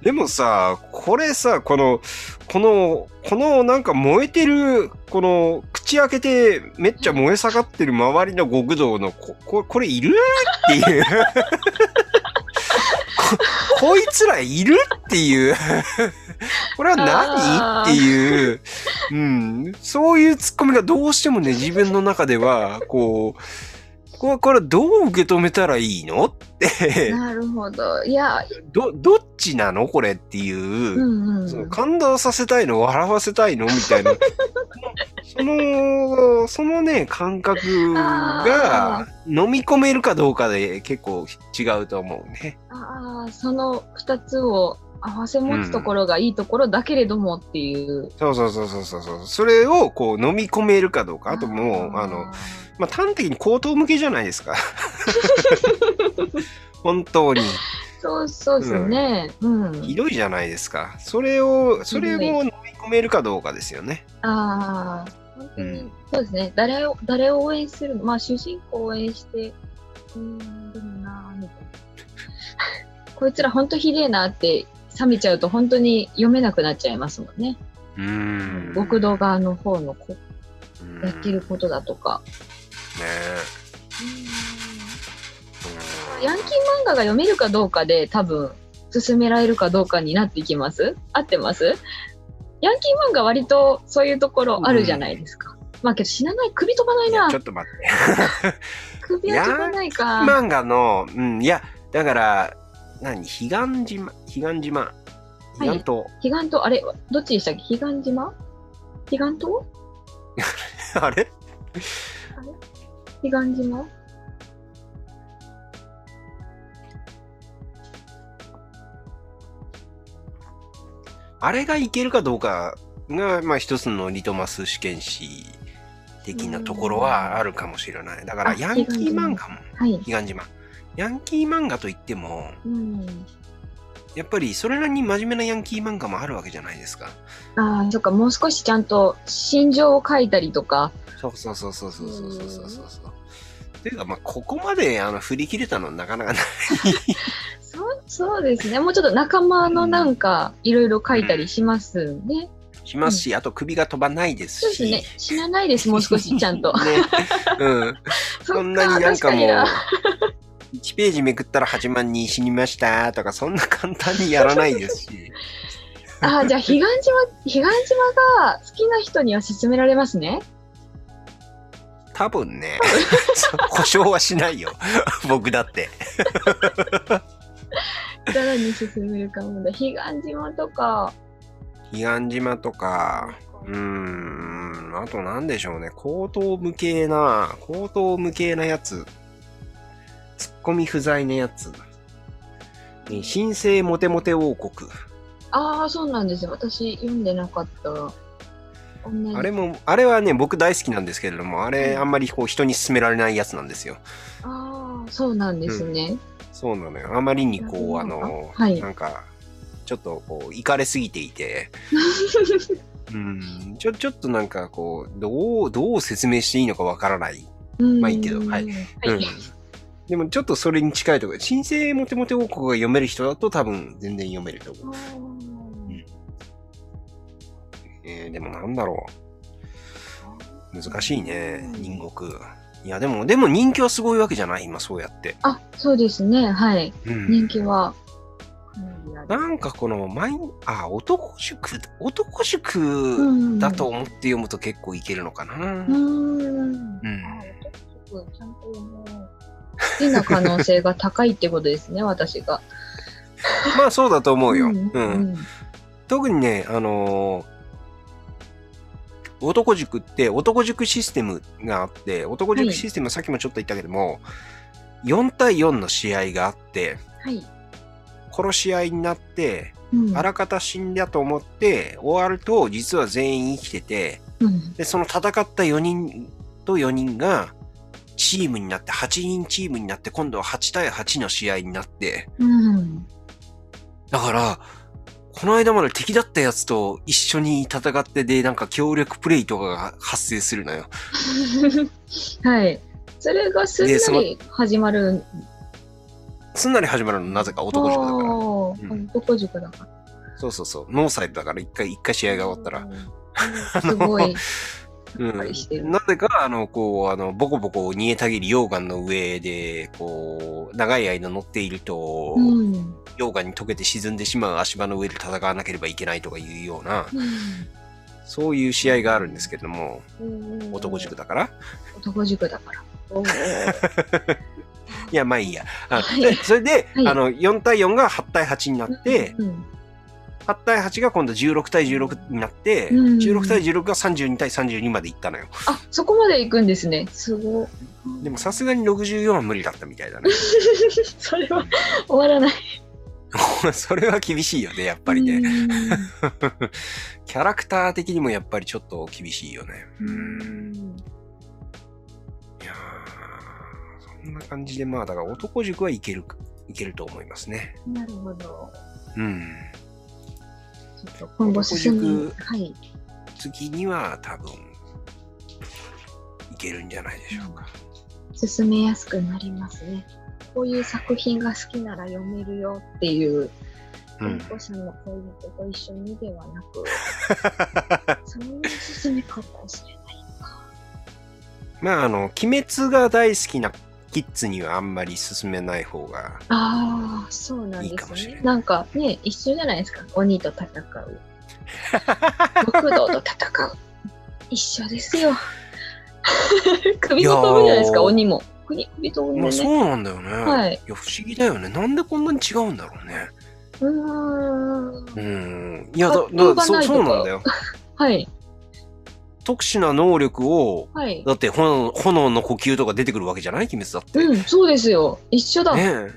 でもさ、これさ、この、この、このなんか燃えてる、この口開けてめっちゃ燃え盛ってる周りの極道の、こ、ここれいるっていう。 <laughs> ここいつらいるっていう。これは何あーっていう、うん、そういうツッコミがどうしてもね、自分の中では、こう、これこれどう受け止めたらいいのって、なるほど。いや、ど、どっちなのこれっていう。うんうん。その感動させたいの笑わせたいのみたい <laughs> なそのそのね感覚あが飲み込めるかどうかで結構違うと思うね。ああ、その二つを合わせ持つところがいいところだけれどもっていう。そうそうそうそうそうそうそれをこう飲み込めるかどうかあともうあの、まあ、端的に口頭向けじゃないです <laughs> か本当にそうそうですね。うん。ひどいじゃないですかそれをそれも飲み込めるかどうかですよね。ああ、本当に、うんそうですね。誰を、誰を応援するのまあ、主人公を応援して、うーん、でもな <laughs> ーみたいな。こいつら本当ひでえなって冷めちゃうと本当に読めなくなっちゃいますもんね。うーん極道側の方のこうんやってることだとか。ねうんヤンキー漫画が読めるかどうかで多分進められるかどうかになってきます合ってますヤンキー漫画割とそういうところあるじゃないですか。まあけど死なない、首飛ばないいやなちょ。っと待って。首は飛ばないか。漫画の、うん、いや、だから、何、彼岸島、彼岸島、彼岸島、彼岸島、あれどっちでしたっけ彼岸島彼岸島 <laughs> あれ彼岸島あれがいけるかどうかが、まあ一つのリトマス試験紙的なところはあるかもしれない。だから、あヤンキー漫画も、はい。彼岸島、ヤンキー漫画といっても、うん。やっぱりそれなりに真面目なヤンキー漫画もあるわけじゃないですか。ああ、そっか、もう少しちゃんと心情を書いたりとか。そうそうそうそうそうそうそうそうそう。というか、まあ、ここまであの振り切れたのなかなかない。そう、そうですね。もうちょっと仲間のなんか、いろいろ書いたりしますね。しますし、あと首が飛ばないでそうすですし。。ね。死なないです、もう少し、ちゃんとね、うん。そんなになんかもうそっ、 1ページめくったら8万人死にましたとか、そんな簡単にやらないですし。確かになあ <laughs> ーじゃあ、彼岸島、彼岸島が好きな人には勧められますね。多分 <laughs> ね、そう故障はしないよ。僕だって。さらに進めるかもだ。彼岸島とか、彼岸島とか、うーん、あと何でしょうね。高等無形な、高等無形なやつ。ツッコミ不在なやつ。え新生モテモテ王国。ああ、そうなんですよ。私、読んでなかった。同じあれも、あれはね、僕大好きなんですけれども、あれ、うんあんまりこう人に勧められないやつなんですよ。ああ、そうなんですね。そうなのよ。あまりにこう、あなるほどの、あはいなんか、ちょっとこう、いかれすぎていて、うん、ちょ、ちょっとなんかこう、どう、どう説明していいのかわからない。 <laughs> うんまあいいけどはいうんうんでもちょっとそれに近いところ、新生モテモテ王国が読める人だと多分全然読めると思う。あーえーでもなんだろう。難しいね、隣国。いや、でも、でも人気はすごいわけじゃない今そうやって。あ、そうですね。はい。うん人気は。なんかこの、マイン、あ、男塾、男塾、うんだと。思って読むと結構いけるのかな。ううん。ん。あ男塾ちゃんと読もう好きな可能性が高いってことですね、 <laughs> 私が。まあそうだと思うよ。うんん。特にね、あのー男塾って男塾システムがあって、男塾システムはさっきもちょっと言ったけども、4対4の試合があって、はい。殺し合いになって、うんあらかた死んだと思って、終わると実は全員生きてて、うんで、その戦った4人と4人が、チームになって、8人チームになって、今度は8対8の試合になって、うん。 <laughs> だから、この間まで敵だったやつと一緒に戦ってで、なんか協力プレイとかが発生するのよ。はい。それがすんでそなのり始まるすんなり始まるの、なぜか男塾だかあーうん男塾だから。ら。そうそうそう。ノーサイドだから、一回、一回試合が終わったら。ら。す <laughs> ごい。うっぱりしてるん。なぜか、あの、こう、あの、ボコボコ煮えたぎり溶岩の上で、こう、長い間乗っていると、うん。溶岩に溶けて沈んでしまう足場の上で戦わなければいけないとかいうような、そういう試合があるんですけども、うん男塾。だから。男塾だから。おーいや、まあいいや。あはいでそれで、はいあの、4対4が8対8になって、うん8対8が今度16対16になって、うん16対16が32対32までいったのよ。あ、そこまで行くんですね。すごい。でもさすがに64は無理だったみたいだね。 <laughs> <laughs> それは終わらない。やっそれは厳しいよね、やっぱりね。キャラクター的にもやっぱりちょっと厳しいよね。うん。いやーそんな感じで、まあだから男塾はいける、いけると思いますね。なるほど。うん。ちょっと今後進む。男塾はい。次には多分、いけるんじゃないでしょうか。進めやすくなりますね。こういう作品が好きなら読めるよっていう、うん。保護者の恋人と一緒にではなく、 <laughs> そんな進め方をしない。まあ、あの、鬼滅が大好きなキッズにはあんまり進めない方が、ああ、そうなんいいでかもしすれなね。いなんかね、一緒じゃないですか。鬼と戦う。極道と戦う。一緒で <laughs> すよ。首と飛ぶじゃないですいやか、ー鬼も。首首と飛まぶあでそね。うなんだよね。はいいや、不思議だよね。なんでこんなに違うんだろうね。うーんう。ん。いや、だ、葛藤だがそなういとかそうなんだよ。はい。特殊な能力を、はい。だって炎、炎の呼吸とか出てくるわけじゃない鬼滅だって。うん、そうですよ。一緒だ。ねえ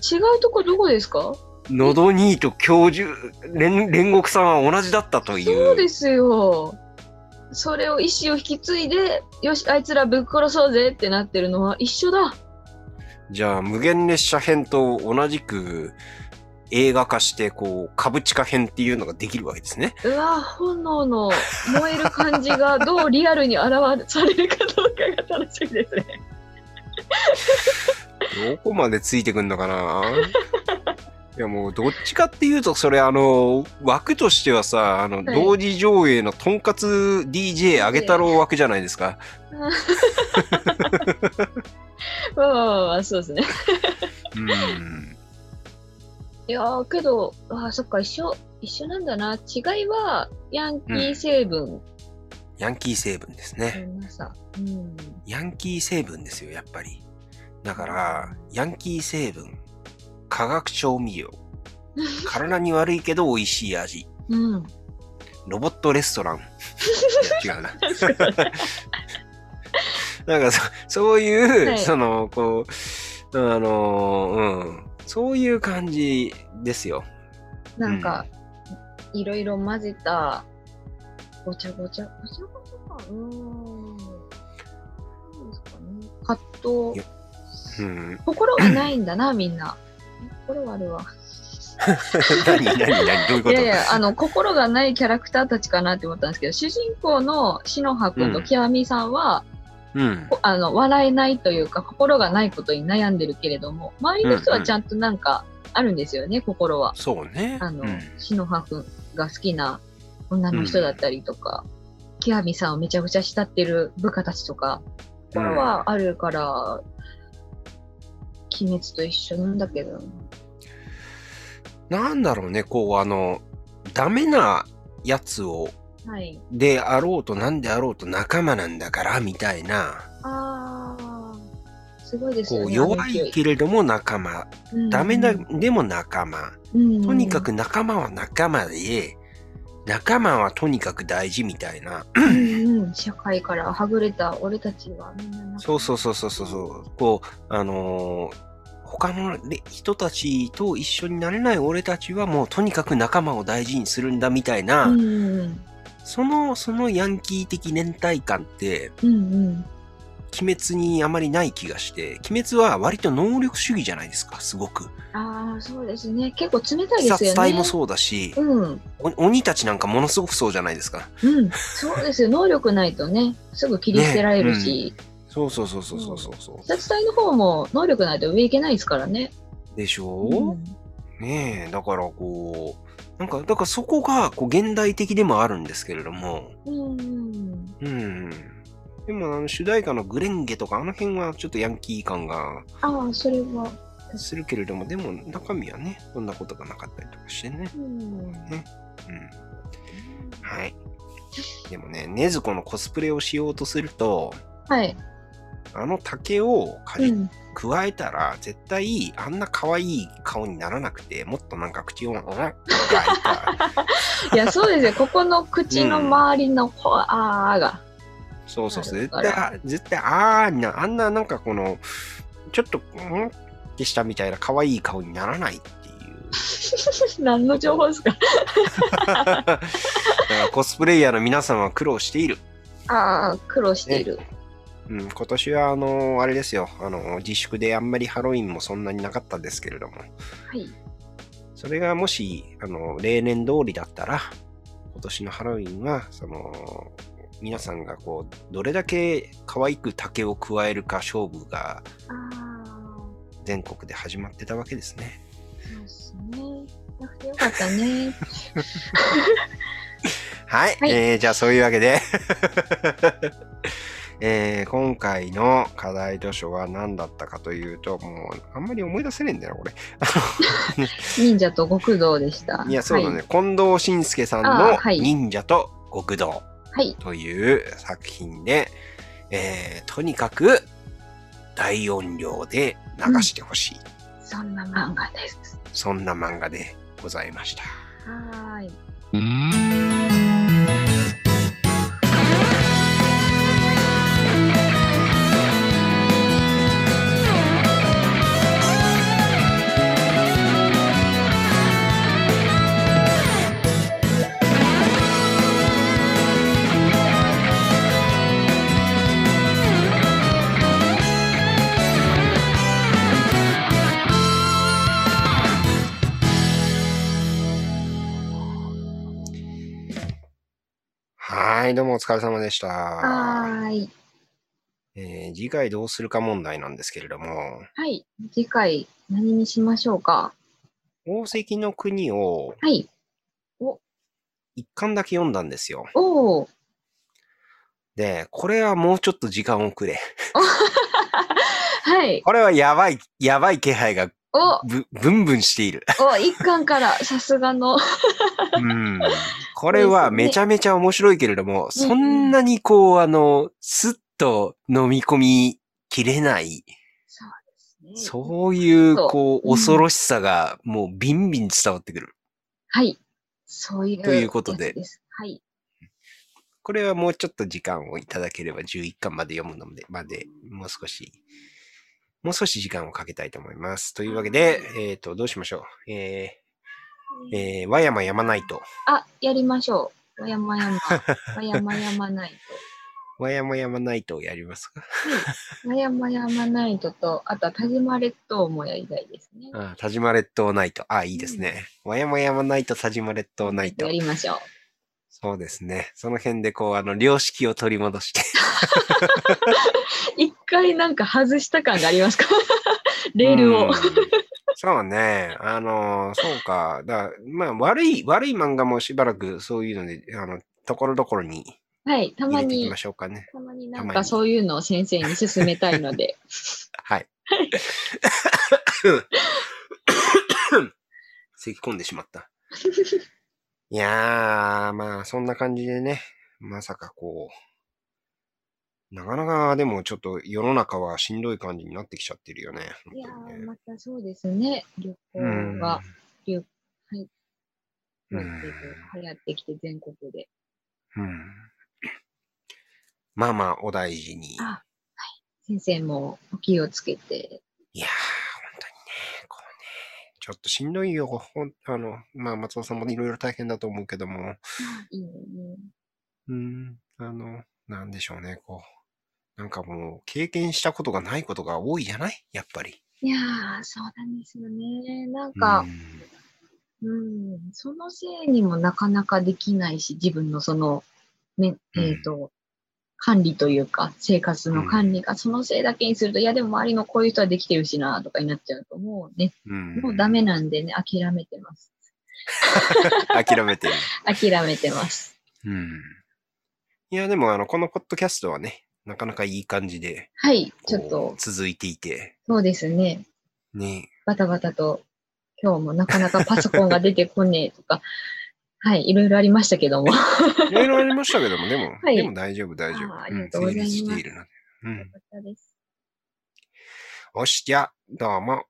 違うとこどこですか喉にと教授、煉煉獄さんは同じだったという。そうですよ。それを意志を引き継いで、よし、あいつらぶっ殺そうぜってなってるのは一緒だ。じゃあ、無限列車編と同じく映画化して、こう、株地化編っていうのができるわけですね。うわ、炎の燃える感じがどうリアルに現されるかどうかが楽しみですね。どこまでついてくんのかないやもうどっちかっていうとそれあの枠としてはさあのい同時上映のとんかつ DJ あげ太郎枠じゃないですかわあわあわあ、そうですね。うんいやー、けど、あーそっか、一緒、一緒なんだな。違いは、ヤンキー成分ヤンキー成分ですね。のなさ。うん。ヤンキー成分ですよ、やっぱり。だから、ヤンキー成分、化学調味料、体に悪いけど美味しい味、うん。ロボットレス <laughs> トラン。いや違うな。 <laughs> なんかそ、そういう、はいその、こう、あのーうん、そういう感じですよ。なんか、いろいろ混ぜた、ごちゃごちゃ、ごちゃごちゃか。うーん。なんですかね。葛藤。うん。 <laughs> 心はないん <coughs> だな、みんな。心はあるわ。何何何どういうこといやいや、あの、心がないキャラクターたちかなって思ったんですけど、主人公の篠葉くんと極みさんは、うん。こあの、笑えないというか、心がないことに悩んでるけれども、周りの人うんはうんちゃんとなんか、あるんですよね、心は。そうね。あのうん、篠葉くんが好きな女の人だったりとか、極みさんをめちゃくちゃ慕ってる部下たちとか、心はあるから、鬼滅と一緒なんだけど、なんだろうね、こう、あの、ダメなやつを、はい。であろうとなんであろうと仲間なんだから、みたいな、あー、すごいですこよう、ね。弱あの勢いけれども仲間、ダメな、でも仲間、ととにか、く仲間は仲間で、仲間はとにかく大事みたいな、うんうん社会からはぐれた俺たちはみんなそうそうそうそうそうそう、こう、あのー他のれ人たちと一緒になれない俺たちはもうとにかく仲間を大事にするんだみたいな、うんうんその、そのヤンキー的連帯感って、うんうん鬼滅にあまりない気がして、鬼滅は割と能力主義じゃないですか、すごく。ああそうですね結構冷たい鬼ですよね殺隊もそうだし、うんお鬼たちなんかものすごくそうじゃないですか。うんそうですよ能力ないとねすぐ切り捨てられるしそうそうそうそうそうそうそう。自殺隊の方も能力ないと上いけないですからねでしうょ、んうねえ、だからこう、なんか、だからそこがこう現代的でもあるんですけれども、うんうんうん。でもあの主題歌のグレンゲとかあの辺はちょっとヤンキー感がああそれはするけれども、でも中身はね、そんなことがなかったりとかしてね。うんうん。はい。でもね、禰豆子のコスプレをしようとすると、はいあの竹をう刈りん加えたら、絶対あんな可愛い顔にならなくて、もっとなんか口 <laughs> を、あら、いやそうですよここの口の周りのほあーが <laughs> そうそうそう、絶なるから対、絶対、あーな、あんななんかこの、ちょっと、んってしたみたいな可愛い顔にならないっていう。何の情報ですかだからコスプレイヤーの皆さんは苦労している。ああ苦労しているうん、今年はあのあれですよ、あの自粛であんまりハロウィンもそんなになかったですけれども、はいそれがもし、あの、例年通りだったら、今年のハロウィンは、その、皆さんがこう、どれだけ可愛く竹を加えるか勝負がああ全国で始まってたわけですね。そうですね。なくてよかったね。はい。はいえーじゃあそういうわけで、 <laughs> えー今回の課題図書は何だったかというと、もう、あんまり思い出せねえんだよ、これ。忍者と極道でした。いや、そうだね。近藤慎介さんあーのはい忍者と極道。はい。はい。という作品で、えーとにかく大音量で流してほしい、そんな漫画です。そんな漫画でございました。はーい。はい、どうもお疲れ様でした、はーい。えー次回どうするか問題なんですけれども、はい。次回、何にしましょうか。宝石の国をはい。一巻だけ読んだんですよ。おお。で、これはもうちょっと時間をくれ。はい。これはやばい、やばい気配がおぶ、ぶんぶんして <laughs> いる。お、一巻から、 <laughs> さすがの。うん。これはめちゃめちゃ面白いけれども、そんなにこう、あの、スッと飲み込みきれない、そうですね。そういう、そうこう、うん恐ろしさが、もうビンビン伝わってくる。はい。そういう。ということで。すはい。これはもうちょっと時間をいただければ11巻まで読むので、まで、もう少し、もう少し時間をかけたいと思います。というわけで、えっ、と、どうしましょう。えー、えー、和山山ナイト。あ、やりましょう。わやま <laughs> やま。わやまやまナイ和山山ナイトをやりますかト。わやまやまナイトと、あとは田島列島もやりたいですね。あ、田島列島ナイト。あ、いいですね。和山山ナイト、田島列島ナイトや。りましょう。そうですね。その辺でこう、あの、良識を取り戻して。一回なんか外した感がありますか <laughs> レールうをん。そうね。あの、そうか。だまあ、悪い、悪い漫画もしばらくそういうので、あの、ところどころにはい。た入まれていきにま、しょうかね。たまになんたまかにそういうのを先生に勧めたいの <laughs> で。 <laughs> はい。咳込んでしまった。いやー、まあ、そんな感じでね、まさかこう、なかなかでもちょっと世の中はしんどい感じになってきちゃってるよね。いや本当にー、ねまたそうですね。旅行がう流ん行ってきて、全国で。うんまあまあ、お大事に。あ先生もお気をつけて。いやー、本当にね、こうね、ちょっとしんどいよ。ほんあの、まあ、松尾さんもいろいろ大変だと思うけども、いいね。うん、あの、なんでしょうね、こう。なんかもう、経験したことがないことが多いじゃないやっぱり。いやー、そうなんですよね。なんうか、んうん、そのせいにもなかなかできないし、自分のその、ね、うんえっ、と、管理というか、生活の管理がそのせいだけにすると、いや、でも周りのこういう人はできてるしな、とかになっちゃうと、もうね、うんもうダメなんでね、諦めてます。 <laughs> 諦めてる。諦めてます。うん。いや、でも、あの、このポッドキャストはね、なかなかいい感じで、はい、こちうょっと、続いていて、そうですね。ね、バタバタと、今日もなかなかパソコンが出てこねえとか、はい、いろいろありましたけども。よいろいろありましたけども、でも、 <laughs> はいでも大丈夫、大丈夫。あーありがとうございますん成立しているので。うん。かった <laughs> ですよし、じゃあ、どうも。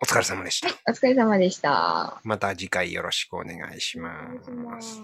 お疲れ様でした。お疲れ様でした。また次回よろしくお願いしお願いしまますす。